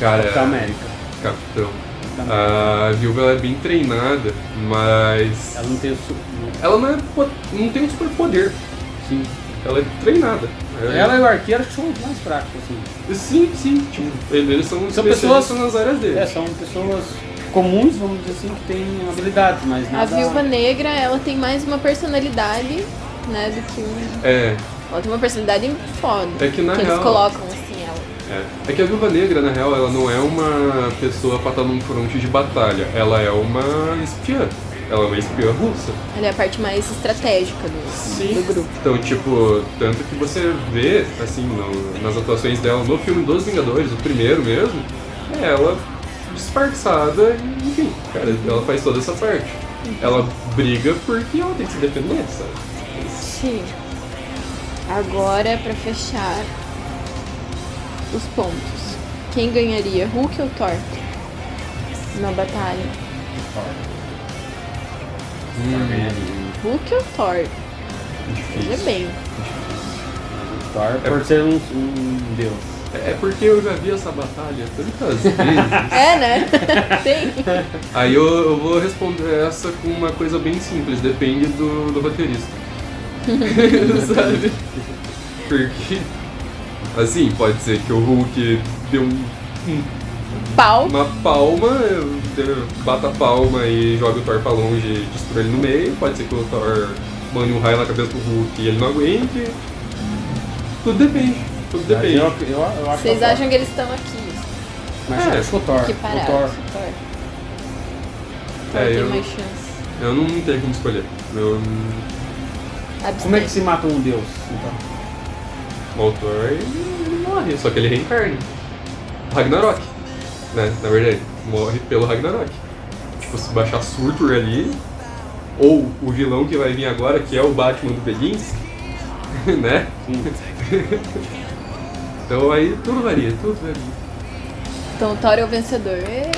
Cara, É.
tá Capitão América.
Capitão.
da Marvel.
A viúva ela é bem treinada, mas.
Tá Ela não tem o su- não-
Ela não, é po- não tem um superpoder.
Sim.
Ela é treinada. é
Ela e o arqueiro acho que são os mais fracos, assim.
Sim, sim. Tipo, eles são,
São
especialistas
pessoas-
nas áreas dele.
É, são pessoas comuns, vamos dizer assim, que têm habilidades, mas
A
nada... é, né,
viúva negra, ela tem mais uma personalidade, né, do que um.
É,
Ela tem uma personalidade foda.
É que na
eles
real-
colocam, assim, ela.
é. É que a Viúva Negra, na real, ela não é uma pessoa pra estar num fronte de batalha. Ela é uma espiã. Ela é uma espiã russa.
Ela é a parte mais estratégica do, do grupo.
Então, tipo, tanto que você vê, assim, no- nas atuações dela no filme dos Vingadores, o primeiro mesmo, é ela disfarçada, e, enfim, cara, ela faz toda essa parte. Ela briga porque ela tem que se defender, sabe?
Sim. Agora, pra fechar os pontos. Quem ganharia, Hulk ou Thor? Na batalha.
Uhum.
Hulk ou Thor? Veja bem.
Thor, por ser um, um deus.
É porque eu já vi essa batalha tantas vezes.
É, né? Tem.
Aí eu, eu vou responder essa com uma coisa bem simples, depende do, do roteirista. Sabe? Porque, assim, pode ser que o Hulk dê um- um
Pau.
uma palma, eh, bata a palma e joga o Thor pra longe e destrói ele no meio. Pode ser que o Thor mande um raio na cabeça do Hulk e ele não aguente. Tudo depende. Tudo
Mas
depende.
Eu, eu, eu
tá
Vocês
acho que é o Thor.
acham que eles estão aqui?
Mas
É.
eu acho que o Thor.
Que
o
pararam.
Thor.
Thor. Thor
É,
tem
eu,
mais chance.
eu não tenho como escolher. Meu
Como é que se
Abstém.
mata um deus? Então?
o autor ele ele morre, só que ele reencarna. Ragnarok, né? Na verdade, morre pelo Ragnarok. Tipo, se baixar Surtur ali, ou o vilão que vai vir agora, que é o Batman do Begins, né? Então aí tudo varia, tudo varia.
Então, o Thor é o vencedor. É,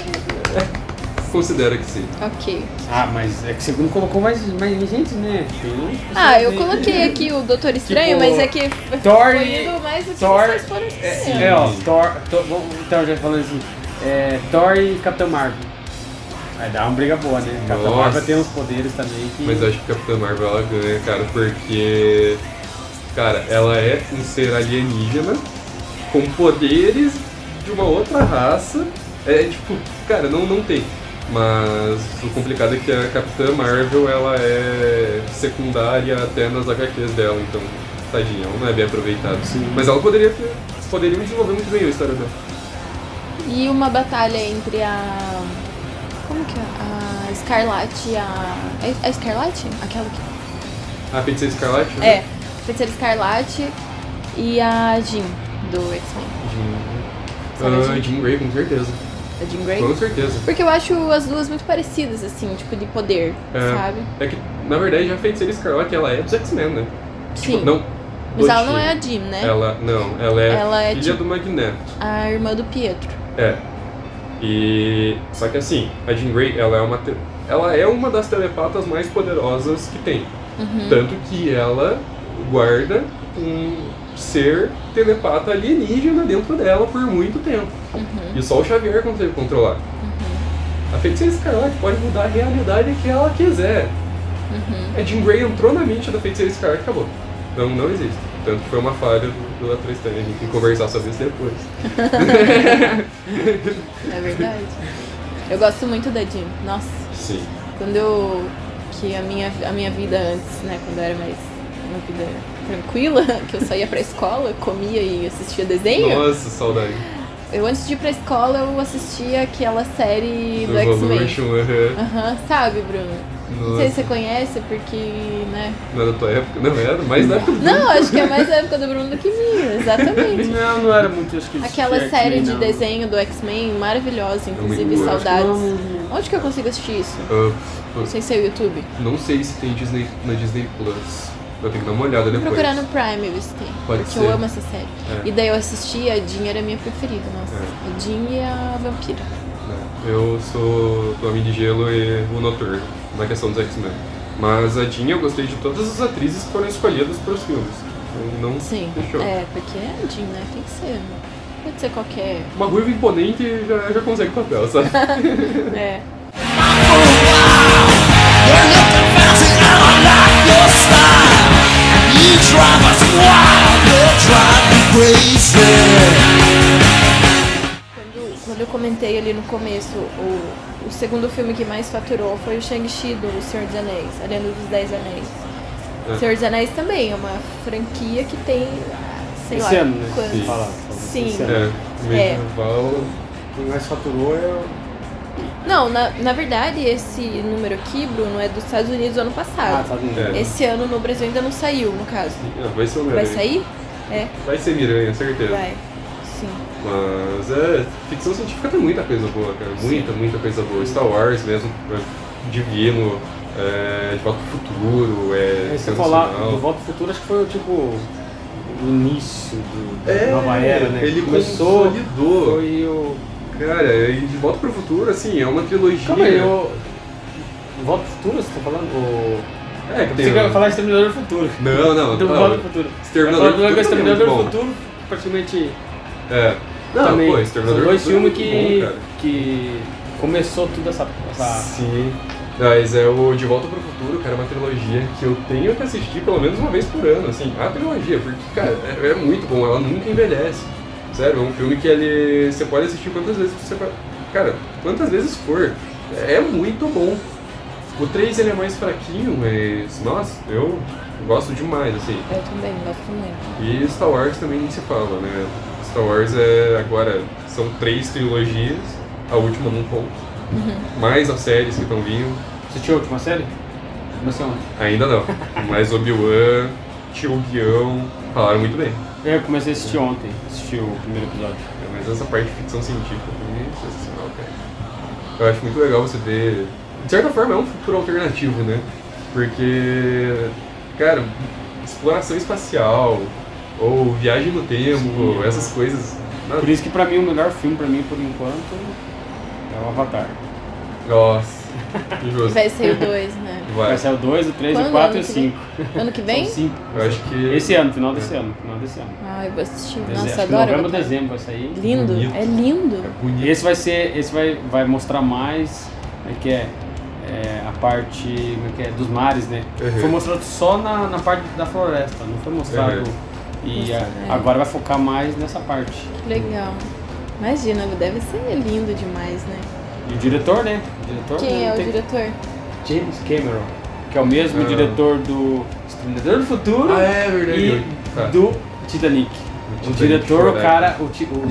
Considera que sim.
Ok.
Ah, mas é que você não colocou mais, mais gente, né? Tem uns pessoas
Ah, eu
aí-
coloquei aqui o Doutor Estranho,
Tipo,
mas é que
Thor
foi
e-
indo mais do que
Thor-
vocês foram escolhendo.
É, é, ó, Thor. Thor vamos- então, já falando assim. É, Thor e Capitão Marvel. Vai dar uma briga boa, né? Capitão
Nossa.
Marvel tem uns poderes também que.
Mas eu acho que Capitã Marvel ela ganha, cara, porque. Cara, ela é um ser alienígena com poderes de uma outra raça. É tipo, cara, não, não tem. Mas o complicado é que a Capitã Marvel ela é secundária até nas HQs dela, então, tadinha, ela não é bem aproveitada.
Sim.
Mas ela poderia ter. Poderiam desenvolver muito bem a história dela.
E uma batalha entre a. Como que é? A Escarlate e a. É- É Escarlate? Aquela que.
A Feiticeira Escarlate? né?
É, Feiticeira Escarlate e a Jean, do X-Men. Sabe a
Ah,
Jean?
Jean Grey, com certeza.
A Jean Grey?
Com certeza.
Porque eu acho as duas muito parecidas, assim, tipo, de poder,
É.
sabe?
É que, na verdade, já a Feiticeira Escarlate, ela é dos X-Men, né?
Sim.
Tipo, não.
Mas ela
do
não é a
Jean.
Jean, né?
Ela, não, ela é,
Ela é
filha
tipo-
do Magneto.
A irmã do Pietro.
É. E... Só que assim, a Jean Grey, ela é uma... te- Ela é uma das telepatas mais poderosas que tem. Tanto que ela guarda um ser telepata alienígena dentro dela por muito tempo. E só o Xavier consegue controlar. A Feiticeira Escarlate pode mudar a realidade que ela quiser. A Jean Grey entrou na mente da Feiticeira Escarlate e acabou. Não, não existe. Tanto que foi uma falha do, do atriz também. A gente tem que conversar sobre isso depois.
É verdade. Eu gosto muito da Jean. Nossa,
Sim.
quando eu. Que a minha, a minha vida antes, né? Quando eu era mais. Uma vida tranquila, que eu só ia pra escola, comia e assistia desenho.
Nossa, saudade.
Eu antes de ir pra escola, eu assistia aquela série do,
Do
X-Men.
Evolution, aham.
Aham, sabe, Bruno? Não sei
Nossa,
se você conhece, porque, né?
não era da tua época, não era, mas na época.
Não, acho que é mais a época do Bruno do que minha, exatamente.
Não, não era muito. Acho que
Aquela
X-Men,
série de
não.
desenho do X-Men, maravilhosa, inclusive,
boa.
saudades.
Não, não,
Onde que eu consigo assistir isso?
Ah,
Não sei se é o YouTube.
Não sei se tem Disney na Disney Plus. Eu tenho que dar uma olhada
Vou
depois.
procurar no Prime ver se tem.
Pode
porque
ser.
eu amo essa série.
É.
E daí eu assisti, a Jean era a minha preferida,
É.
nossa. A Jean e a Vampira.
É, Eu sou do Homem de Gelo e o Noturno, na questão dos X-Men. Mas a Jean, eu gostei de todas as atrizes que foram escolhidas para os filmes. Então, Não
Sim.
fechou.
É, porque é a Jean, né? Tem que ser. né? Pode ser qualquer.
Uma ruiva imponente já, já consegue papel, sabe?
É. Quando, quando eu comentei ali no começo, o, o segundo filme que mais faturou foi o Shang-Chi do Senhor dos Anéis, Arena dos Dez Anéis.
É.
Senhor dos Anéis também é uma franquia que tem, ah, sei
Esse
lá,
ano, né?
Sim.
quantos.
Fala,
Sim.
esse ano.
É, medieval.
Quem mais faturou é o.
Não, na, na verdade, esse número aqui, Bruno, é dos Estados Unidos do ano
Ah,
passado.
tá vendo?
É.
Esse ano no Brasil ainda não saiu, no caso.
Ah, vai ser o
Vai
Miranha.
sair? É,
Vai ser Miranha, certeza.
vai. Sim.
Mas é, ficção científica tem muita coisa boa, cara. Muita, muita coisa boa. Star Wars mesmo, é, Divino, é, De Volta ao Futuro, é,
É, Se eu falar
sensacional.
do Volta ao Futuro, acho que foi tipo o início do, da
É,
nova era, né?
Ele
começou,
consolidou.
foi o...
Cara, é, e De Volta pro Futuro, assim, é uma trilogia.
Calma aí, o... o Volta ao Futuro, você tá falando? O...
É, que tem...
Você quer falar de Terminador do Futuro.
Não, não,
Então,
não.
Volta ao Futuro.
Exterminador
Agora,
do Futuro também é
Exterminador do
muito
Futuro, praticamente...
É. Não,
também.
pô,
São
Exterminador
dois
do Futuro é
filmes
muito
que,
bom, cara.
que começou tudo essa... essa...
Sim. Mas é o De Volta pro Futuro, cara, é uma trilogia que eu tenho que assistir pelo menos uma vez por ano, assim, a trilogia, porque, cara, é, é muito bom, ela nunca envelhece. Sério, é um filme que ele. Você pode assistir quantas vezes você fa- Cara, quantas vezes for. É muito bom. O 3 ele é mais fraquinho, mas. Nossa, eu gosto demais, assim.
Eu também, gosto muito.
E Star Wars também nem se fala, né? Star Wars é agora são três trilogias, a última não conta. Mais as séries que estão vindo,
Você assistiu a última série? Começou ontem.
ainda não. Mas Obi-Wan, Tio Guião, falaram muito bem.
É, Eu comecei a assistir ontem, assisti o primeiro episódio.
Mas essa parte de ficção científica pra mim é sensacional, cara. Eu acho muito legal você ver. De certa forma é um futuro alternativo, né? Porque, cara, exploração espacial, ou viagem no tempo,
Sim.
essas coisas.
Por isso que pra mim o melhor filme, pra mim, por enquanto, é o Avatar.
Nossa, injusto.
Vai sair o dois, né?
Vai.
Vai sair o 2, o 3, o
Quando?
4 e o
Ano que vem? Ano
5.
que vem?
São cinco.
Eu acho que.
Esse é ano, final desse ano. Final desse ano.
Ah, eu vou assistir.
Dezembro.
Nossa,
Acho que
adoro.
Novembro,
Avatar.
dezembro vai sair.
Lindo,
Bonito.
é lindo.
É bonito.
Esse vai ser. Esse vai, vai mostrar mais como é que é, é, a parte como é que é, dos mares, né?
Uhum.
Foi mostrado só na, na parte da floresta, não foi mostrado.
Uhum.
E
Nossa, é.
a- agora vai focar mais nessa parte.
Que legal. Imagina, deve ser lindo demais, né?
E o diretor, né? O diretor
Quem
né,
é o
tem-
diretor?
James Cameron, que é o mesmo
Ah.
diretor do Exterminador do Futuro
Ah, é verdade.
e
Tá.
do Titanic.
O
O
Titanic,
diretor, o
verdade.
cara, o, ti- o-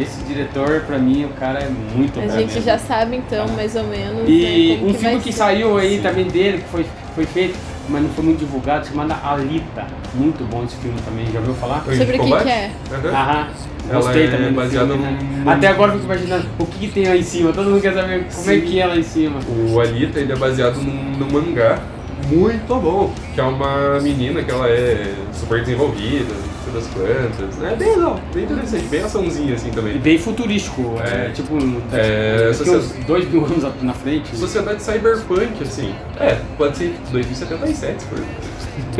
esse diretor, pra mim, o cara é muito
A
bom
gente
mesmo.
já sabe então, mais ou menos. né,
E
como
um
vai
filme que
ser.
saiu aí
Sim.
também dele, que foi, foi feito, mas não foi muito divulgado, chamado Alita. Muito bom esse filme também, já ouviu falar?
Anjo de
Sobre o que
combate?
que é?
Aham.
Aham,
Uhum. Ela
gostei
é
também. do
baseada
filme, né?
num-
Até agora eu fico imaginando o que, que tem lá em cima, todo mundo quer saber como é
Sim.
que é lá em cima.
O Alita ele é baseado num, num mangá muito bom, que é uma menina que ela é super desenvolvida, não sei das quantas. É bem legal, bem interessante, bem açãozinha assim
E
também.
bem futurístico, é,
É.
tipo, um-
É,
daqui
essa-
uns dois mil anos at- na frente.
Sociedade cyberpunk, assim. É, pode ser 2077, por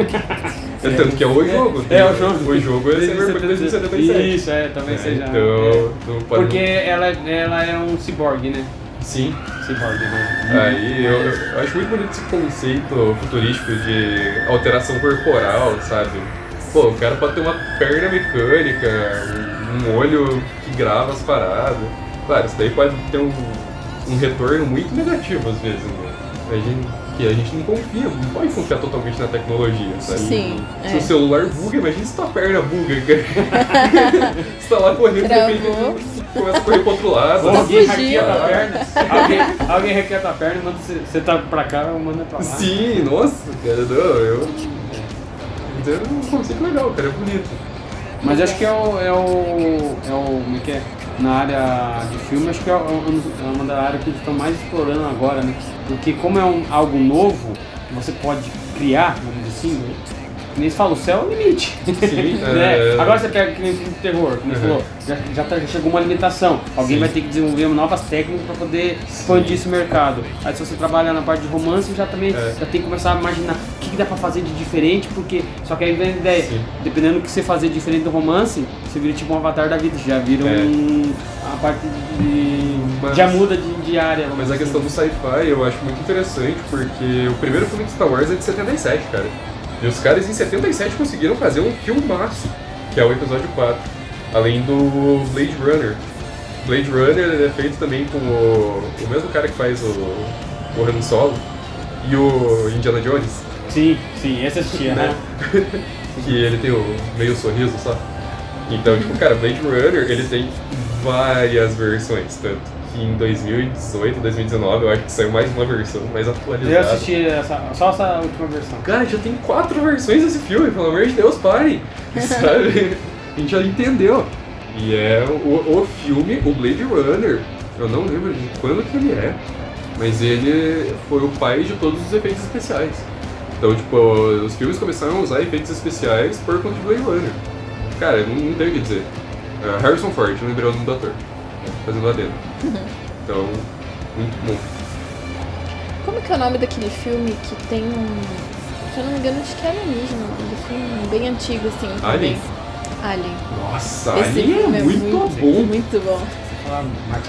É tanto que é o jogo.
É, é o jogo.
O jogo é cyberpunk 2077.
Isso, é, talvez
É,
seja.
então,
é.
não pode-
Porque ela, ela é um ciborgue, né?
Sim.
Ciborgue, né?
Aí eu, eu acho muito bonito esse conceito futurístico de alteração corporal, sabe? Pô, o cara pode ter uma perna mecânica, um, um olho que grava as paradas. Claro, isso daí pode ter um, um retorno muito negativo às vezes, né? A gente, que a gente não confia, não pode confiar totalmente na tecnologia, sabe?
Sim,
Se
é.
o celular buga, imagina se tua perna buga, cara. Você tá lá correndo, de
Travou.
repente começa a correr pro outro lado.
Ou alguém
Tá fugindo.
hackeia tua perna, alguém, alguém hackeia tua perna e manda você, você tá pra cá, eu mando pra lá.
Sim, nossa, cara, não, eu. Então, um conceito legal, cara, é bonito.
Mas acho que é o. É o. É o. Como é que é? Na área de filme, acho que é, o- é uma da área que eles estão mais explorando agora, né? Porque como é um, algo novo, que você pode criar, vamos dizer assim, né? que nem se fala, o céu é o limite. né?
É.
Agora você pega que nem filme de terror, como você
Uhum.
falou, já, já, tá- já chegou uma limitação. Alguém
Sim.
vai ter que desenvolver novas técnicas para poder expandir esse mercado. Aí se você trabalha na parte de romance, já também
É.
já tem que começar a imaginar o que, que dá para fazer de diferente, porque só que aí vem a ideia,
Sim.
dependendo do que você fazer diferente do romance, você vira tipo um avatar da vida, você já vira
É.
um, a parte de,
Mas-
já muda de, de área. vamos
Mas a
dizer
questão
assim.
do sci-fi eu acho muito interessante, porque o primeiro filme de Star Wars é de 77, cara. E os caras em 77 conseguiram fazer um filmaço, que é o episódio 4. Além do Blade Runner. Blade Runner ele é feito também com o, o mesmo cara que faz o, o Han Solo e o Indiana Jones,
Sim, sim, esse assistia, né?
né? que ele tem o meio sorriso só. Então, tipo, cara, Blade Runner, ele tem várias versões, tanto que em 2018, 2019, eu acho que saiu mais uma versão, mais atualizada.
Eu assisti essa- só essa última versão.
Cara, já tem quatro versões desse filme, pelo amor de Deus, parem! Sabe? A gente já entendeu. E é o, o filme, o Blade Runner, eu não lembro de quando que ele é, mas ele foi o pai de todos os efeitos especiais. Então, tipo, os filmes começaram a usar efeitos especiais por conta de Blade Runner. Cara, não, não tem o que dizer. É, Harrison Ford, não lembrei o nome do ator. Fazendo lá dentro. Então, muito bom.
Como que é o nome daquele filme que tem um. Se eu não me engano, acho que é alienígena, um filme bem antigo, assim. também.
Alien?
Alien.
Nossa,
Esse
Alien
filme
é muito, bom.
Muito bom.
Fala, Mark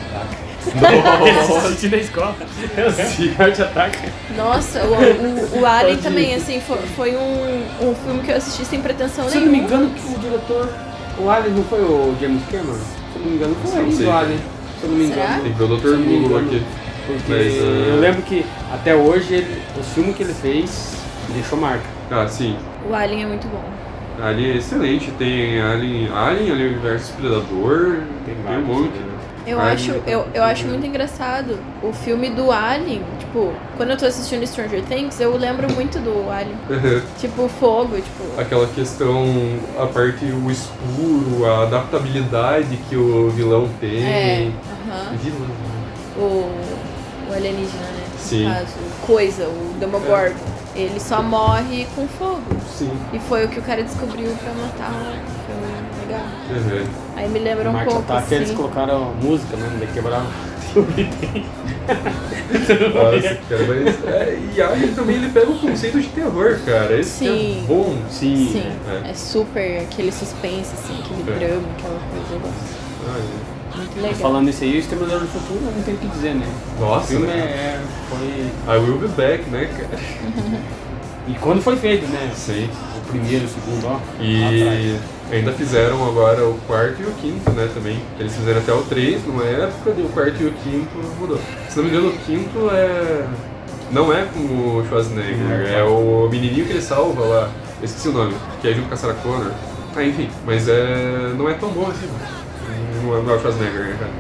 Duck.
assisti na escola. Eu lembro. Heart Attack.
Nossa, o, o, o Alien
Pode ir.
também, assim, foi, foi um, um filme que eu assisti sem pretensão
Se eu não me
nenhuma.
engano, o diretor. O Alien não foi o James Cameron? Se eu não me engano, foi
Não
ele
sei,
do
cara.
Alien. Se eu não me
Será?
engano.
Tem que ver o
Se eu
Dr.
não me
Google
engano.
aqui.
Porque
Mas, ah,
eu lembro que até hoje ele, o filme que ele fez deixou marca.
Ah, sim.
O Alien é muito bom.
Alien é excelente. Tem Alien, Alien, Alien versus Predador. Tem, um
vários,
monte.
né?
Eu
Alien
acho,
é
eu,
muito
eu acho
bom.
muito engraçado o filme do Alien. Tipo, quando eu tô assistindo Stranger Things, eu lembro muito do Alien. Tipo, fogo, tipo.
Aquela questão, a parte o escuro, a adaptabilidade que o vilão tem.
É. aham.
Vilão.
O, o alienígena, né? No
Sim. É.
caso, o coisa, o Demogorgon. Ele só morre com fogo.
Sim.
E foi o que o cara descobriu pra matar. o- Foi legal.
Uhum.
Aí me lembra um
Mark
pouco.
Attack eles
assim.
tá? colocaram música, né? Daí quebraram.
Nossa, cara, mas, é, e Alien também ele pega o conceito de terror, cara. Esse
Sim.
é bom.
Sim.
Sim,
É.
é. super aquele suspense, assim, aquele
É.
drama, aquela coisa. Eu gosto.
Ah,
Muito legal.
Falando isso aí, o Exterminador do Futuro não tem o que dizer, né?
é.
O
Nossa,
filme
né?
é, foi.
I will be back, né, cara?
E quando foi feito, né?
Sim.
O primeiro, o segundo, ó. lá atrás.
E ainda fizeram agora o quarto e o quinto, né, também. Eles fizeram até o 3 numa época, e o quarto e o quinto mudou. Se não me engano, o quinto é. Não é com o Schwarzenegger,
Uhum.
é o menininho que ele salva lá. Eu esqueci o nome, que é junto com a Sarah Connor. Ah, enfim, mas é. não é tão bom assim, mano. Não é- não é o Schwarzenegger, né, cara?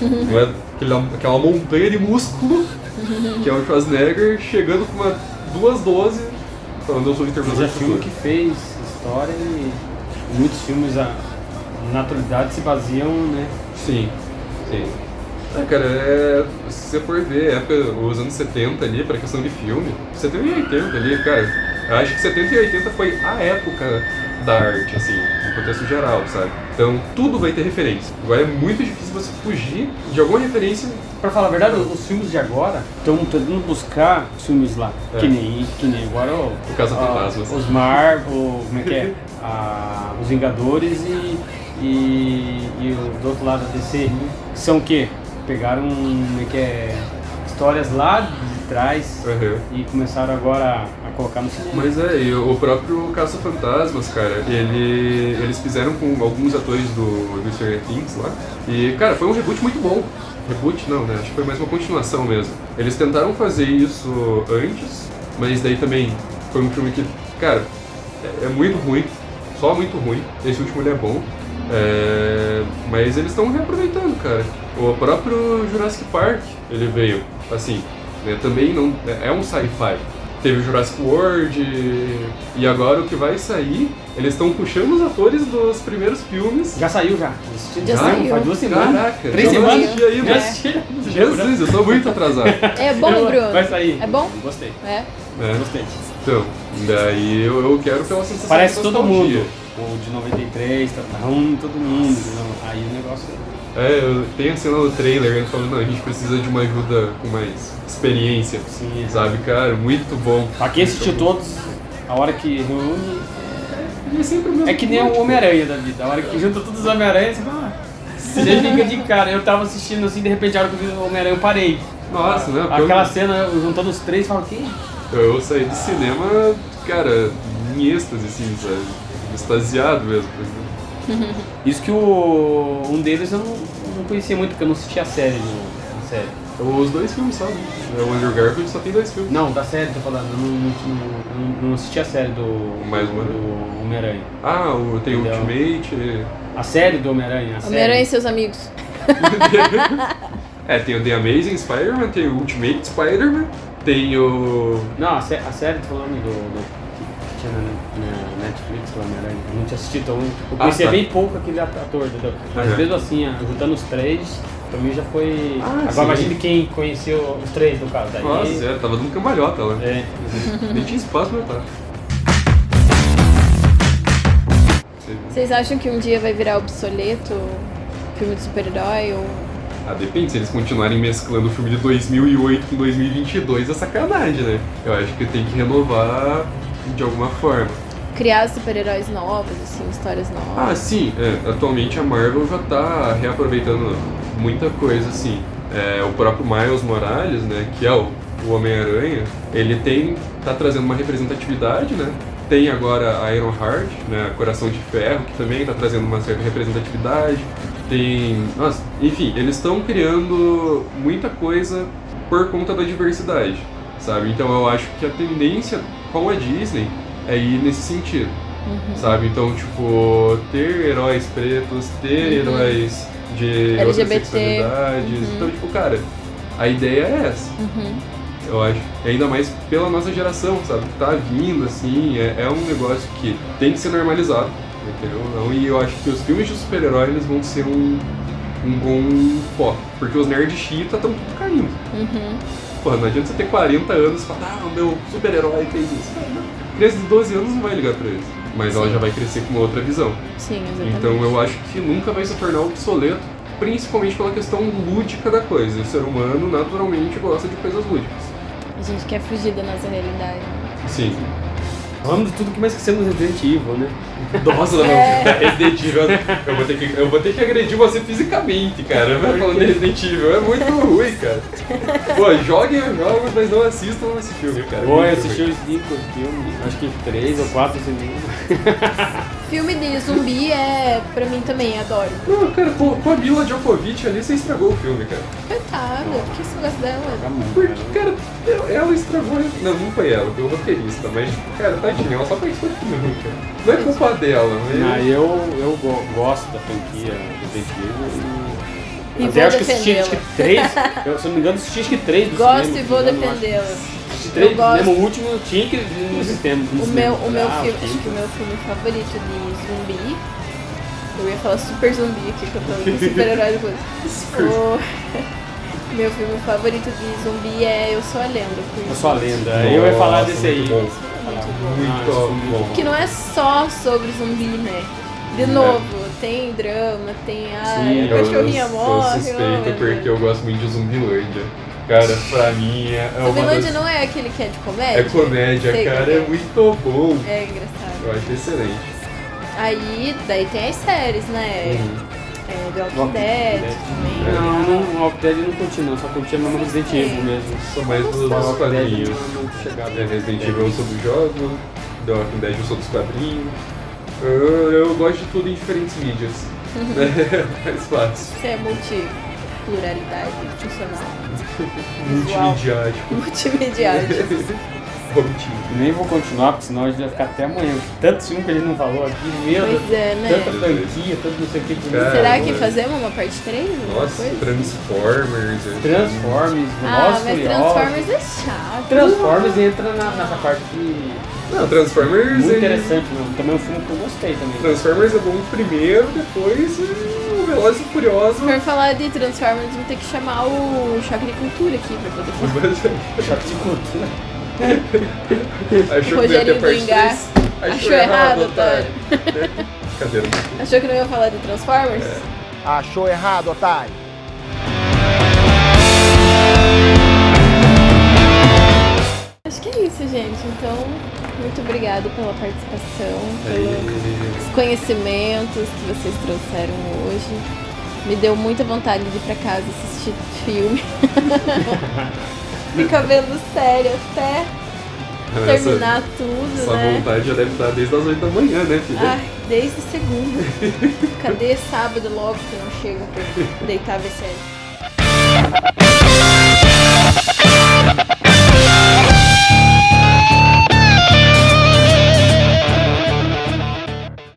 Não.
Não é aquela, aquela montanha de músculo
Uhum.
que é o Schwarzenegger chegando com uma, duas 12 falando eu sou o
Mas
Terminador
é
do
filme
Futuro.
que fez história e muitos filmes, a naturalidade se baseiam, né?
Sim, sim. Ah, cara, é, se você for ver época, os anos 70 ali, pra questão de filme, 70 e 80 ali, cara, eu acho que 70 e 80 foi a época da arte, assim, no contexto geral, sabe? Então tudo vai ter referência. Agora é muito difícil você fugir de alguma referência.
Pra falar a verdade, os filmes de agora estão tentando buscar os filmes lá.
É.
Que, nem, que nem agora o,
O Caça
a-
Fantasmas.
Os Mar, o, como é que é? A- os Vingadores e, e, e o do outro lado da DC.
Uhum.
Que são o quê? Pegaram como é que é, histórias lá de trás
Aham.
e começaram agora a, a colocar no cinema.
Mas é, e o próprio Caça Fantasmas, cara, ele, eles fizeram com alguns atores do, do Stranger Things lá. E, cara, foi um reboot muito bom. Reboot não, né? Acho que foi mais uma continuação mesmo. Eles tentaram fazer isso antes, mas daí também foi um filme que, cara, é, é muito ruim. Só muito ruim. Esse último ele é bom. É, mas eles estão reaproveitando, cara. O próprio Jurassic Park, ele veio, assim, né, também não é um sci-fi. Teve o Jurassic World e agora o que vai sair, eles estão puxando os atores dos primeiros filmes.
Já saiu já. Assisti
Já saiu.
Faz duas semanas.
Caraca,
Três
já vou
semanas?
assistir aí,
Já
mano.
assisti.
Jesus, eu tô muito atrasado.
É bom, Bruno.
Vai sair.
É bom?
Gostei.
É.
É.
Gostei.
Então, daí eu, eu quero pela sensação
Parece
de
todo
nostalgia.
mundo. O de 93, tá um, todo mundo. entendeu? Aí o negócio é.
É, eu- tem a cena do trailer, ele falando, não, a gente precisa de uma ajuda com mais experiência.
Sim, é.
Sabe, cara? Muito bom.
Pra quem assistiu
Muito bom.
todos, a hora que reúne.
É sempre o mesmo
É que nem o
ponto.
Homem-Aranha da vida. A hora que junta todos os Homem-Aranha, você fala. "Ah", Você fica de cara. Eu tava assistindo assim, de repente, a hora que eu vi o Homem-Aranha, eu parei.
Nossa, né?
Aquela
quando
cena, juntando os três, fala, quem?
Eu saí do cinema, cara, em êxtase, assim, sabe? Extasiado mesmo.
Isso que o. Um deles eu não, não conhecia muito, porque eu não assistia a série do- da série.
Os dois filmes, sabe? É O Andrew Garfield só tem dois filmes.
Não, da série, tô falando. Eu não, não, não- não assisti a série do.
Mais uma?
do Homem-Aranha.
Ah, o, tem o
Entendeu?
Ultimate.
A série do Homem-Aranha? a série.
Homem-Aranha e seus amigos.
É, tem o The Amazing Spider-Man, tem o Ultimate Spider-Man, tem o.
Não, a, sé a série do falando do. do que tinha na, na Netflix do Homem-Aranha. Eu não tinha assistido, então eu conhecia
tá.
bem pouco aquele at- ator, entendeu? Mas
Uhum.
mesmo assim, ah, juntando os três, pra mim já foi.
Ah,
Agora
sim.
imagine quem conheceu os três, no caso. Daí.
Nossa, é, tava dando cambalhota lá.
É.
Nem tinha espaço pra entrar. Você-
Vocês acham que um dia vai virar obsoleto o filme de super-herói? Ou...
Ah, depende, se eles continuarem mesclando o filme de 2008 com 2022 é sacanagem, né? Eu acho que tem que renovar de alguma forma.
Criar super-heróis novos, assim, histórias novas.
Ah, sim, é, atualmente a Marvel já tá reaproveitando muita coisa, assim. É, o próprio Miles Morales, né, que é o, o Homem-Aranha, ele tem tá trazendo uma representatividade, né? Tem agora a Iron Heart, né, Coração de Ferro, que também tá trazendo uma certa representatividade. Tem, nossa, enfim, eles estão criando muita coisa por conta da diversidade, sabe? Então eu acho que a tendência com a Disney é ir nesse sentido
Uhum.
sabe? Então, tipo, ter heróis pretos, ter
Uhum.
heróis de outras
LGBT.
sexualidades.
Uhum.
Então, tipo, cara, a ideia é essa,
Uhum.
eu acho. E ainda mais pela nossa geração, sabe? Que tá vindo, assim, é, é um negócio que tem que ser normalizado, entendeu? Então, E eu acho que os filmes de super-herói, eles vão ser um, um bom foco. Porque os nerd chita estão tudo caindo.
Uhum.
Porra, não adianta você ter 40 anos e falar, ah, o meu super-herói fez isso. Não. Criança de 12 anos não vai ligar pra isso. Mas ela já vai crescer com uma outra visão.
Sim, exatamente.
Então eu acho que nunca vai se tornar obsoleto, principalmente pela questão lúdica da coisa. O ser humano naturalmente gosta de coisas lúdicas.
A gente quer fugir da nossa realidade.
Sim.
Falamos de tudo que mais esquecemos Resident Evil, né?
Nossa, não.
É.
Resident Evil, eu vou, ter que, eu vou ter que agredir você fisicamente, cara. Vai falando de Resident Evil, é muito ruim, cara. Pô, joguem os jogos, mas não assistam esse filme, cara.
Bom, eu
Muito
assisti
ruim.
os cinco filmes, acho que três ou quatro assim
Filme de zumbi é, pra mim também, adoro.
Não, cara, com, com a Mila Djokovic ali, você estragou o filme, cara.
Coitada, por tá, que você gosta
Tá
dela?
Porque, cara, eu- ela estragou. Não, não foi ela, foi o roteirista, mas, cara, tadinha, ela só participou de filme, cara. Não é culpa dela, mas.
Ah, eu, eu go- gosto da franquia Resident Evil e.
E
Até
vou
acho que assisti acho que três. eu, se eu não me engano, assisti acho que três do
Gosto
cinema,
e
se
vou
não me engano, eu
defendê-la.
acho. Assisti três
Eu
do cinema,
gosto.
o último eu tinha que ir no sistema. no
O
cinema.
meu, o meu
Ah,
filme,
ok.
acho que o meu filme favorito de zumbi. Eu ia falar super zumbi aqui, que eu tô no super-herói do coisa. O meu filme favorito de zumbi é Eu Sou a Lenda. por
Eu sou a
isso.
lenda. eu ia falar
Nossa,
desse aí.
muito bom.
Ah,
Muito
isso foi
bom.
Que não é só sobre zumbi, né? De novo, tem drama, tem a
Sim,
a cachorrinha
É. eu
morre.
sou suspeito
oh, meu
porque
Deus.
eu gosto muito de Zumbilândia. Cara, pra mim é é uma
Zumbilândia
das...
não é aquele que é de comédia?
É comédia,
Sei
cara,
que
é muito bom.
É engraçado.
Eu acho excelente.
Aí, daí tem as séries, né?
Uhum.
É, tipo The Walking
Walking
Dead
Dead.
também.
né?
Não, não, o Walking Dead não continua, eu só curtia mesmo Resident Evil mesmo.
Sou mais dos
O
dos
Walking Dead
quadrinhos.
não não chegava.
É, Resident Evil eu sou do jogo, The Walking Dead eu sou dos quadrinhos. Eu, eu gosto de tudo em diferentes mídias.
Uhum.
É mais fácil.
Você é multipluralidade funcional.
Multimediático.
Multimediário.
Omitido.
Nem vou continuar, porque senão a gente vai ficar até amanhã. Tanto filme que a gente não falou aqui, meu Deus.
pois é, né?
Tanta franquia, tanto não sei o que. que
Cara.
Será que
mano.
fazemos uma parte 3?
Nossa,
é.
Transformers. eu-
Transformers,
Ah,
Velozes
mas
Furiosos.
Transformers é chato.
Transformers entra na, nessa parte que-
Não, Transformers.
muito
ele-
interessante mesmo. Também é um filme que eu gostei também.
Transformers é bom primeiro, depois eh, o Veloz e Furioso.
Se for falar de Transformers, vamos ter que chamar o Choque de Cultura aqui pra poder falar.
Choque de cultura.
Achou que não ia
Rogerinho
ter
do
parte
Engar.
3?
Achou errado,
otário. Cadê?
Achou que não ia falar do Transformers?
Achou errado, otário.
Acho que é isso, gente. Então, muito obrigado pela participação,
É
pelos
Aí,
conhecimentos que vocês trouxeram hoje. Me deu muita vontade de ir pra casa assistir filme. Fica vendo série até terminar tudo,
Essa
né?
vontade já deve estar desde as 8 da manhã, né, filha?
Ai, desde segunda. Cadê sábado logo que eu não chego pra deitar ver série?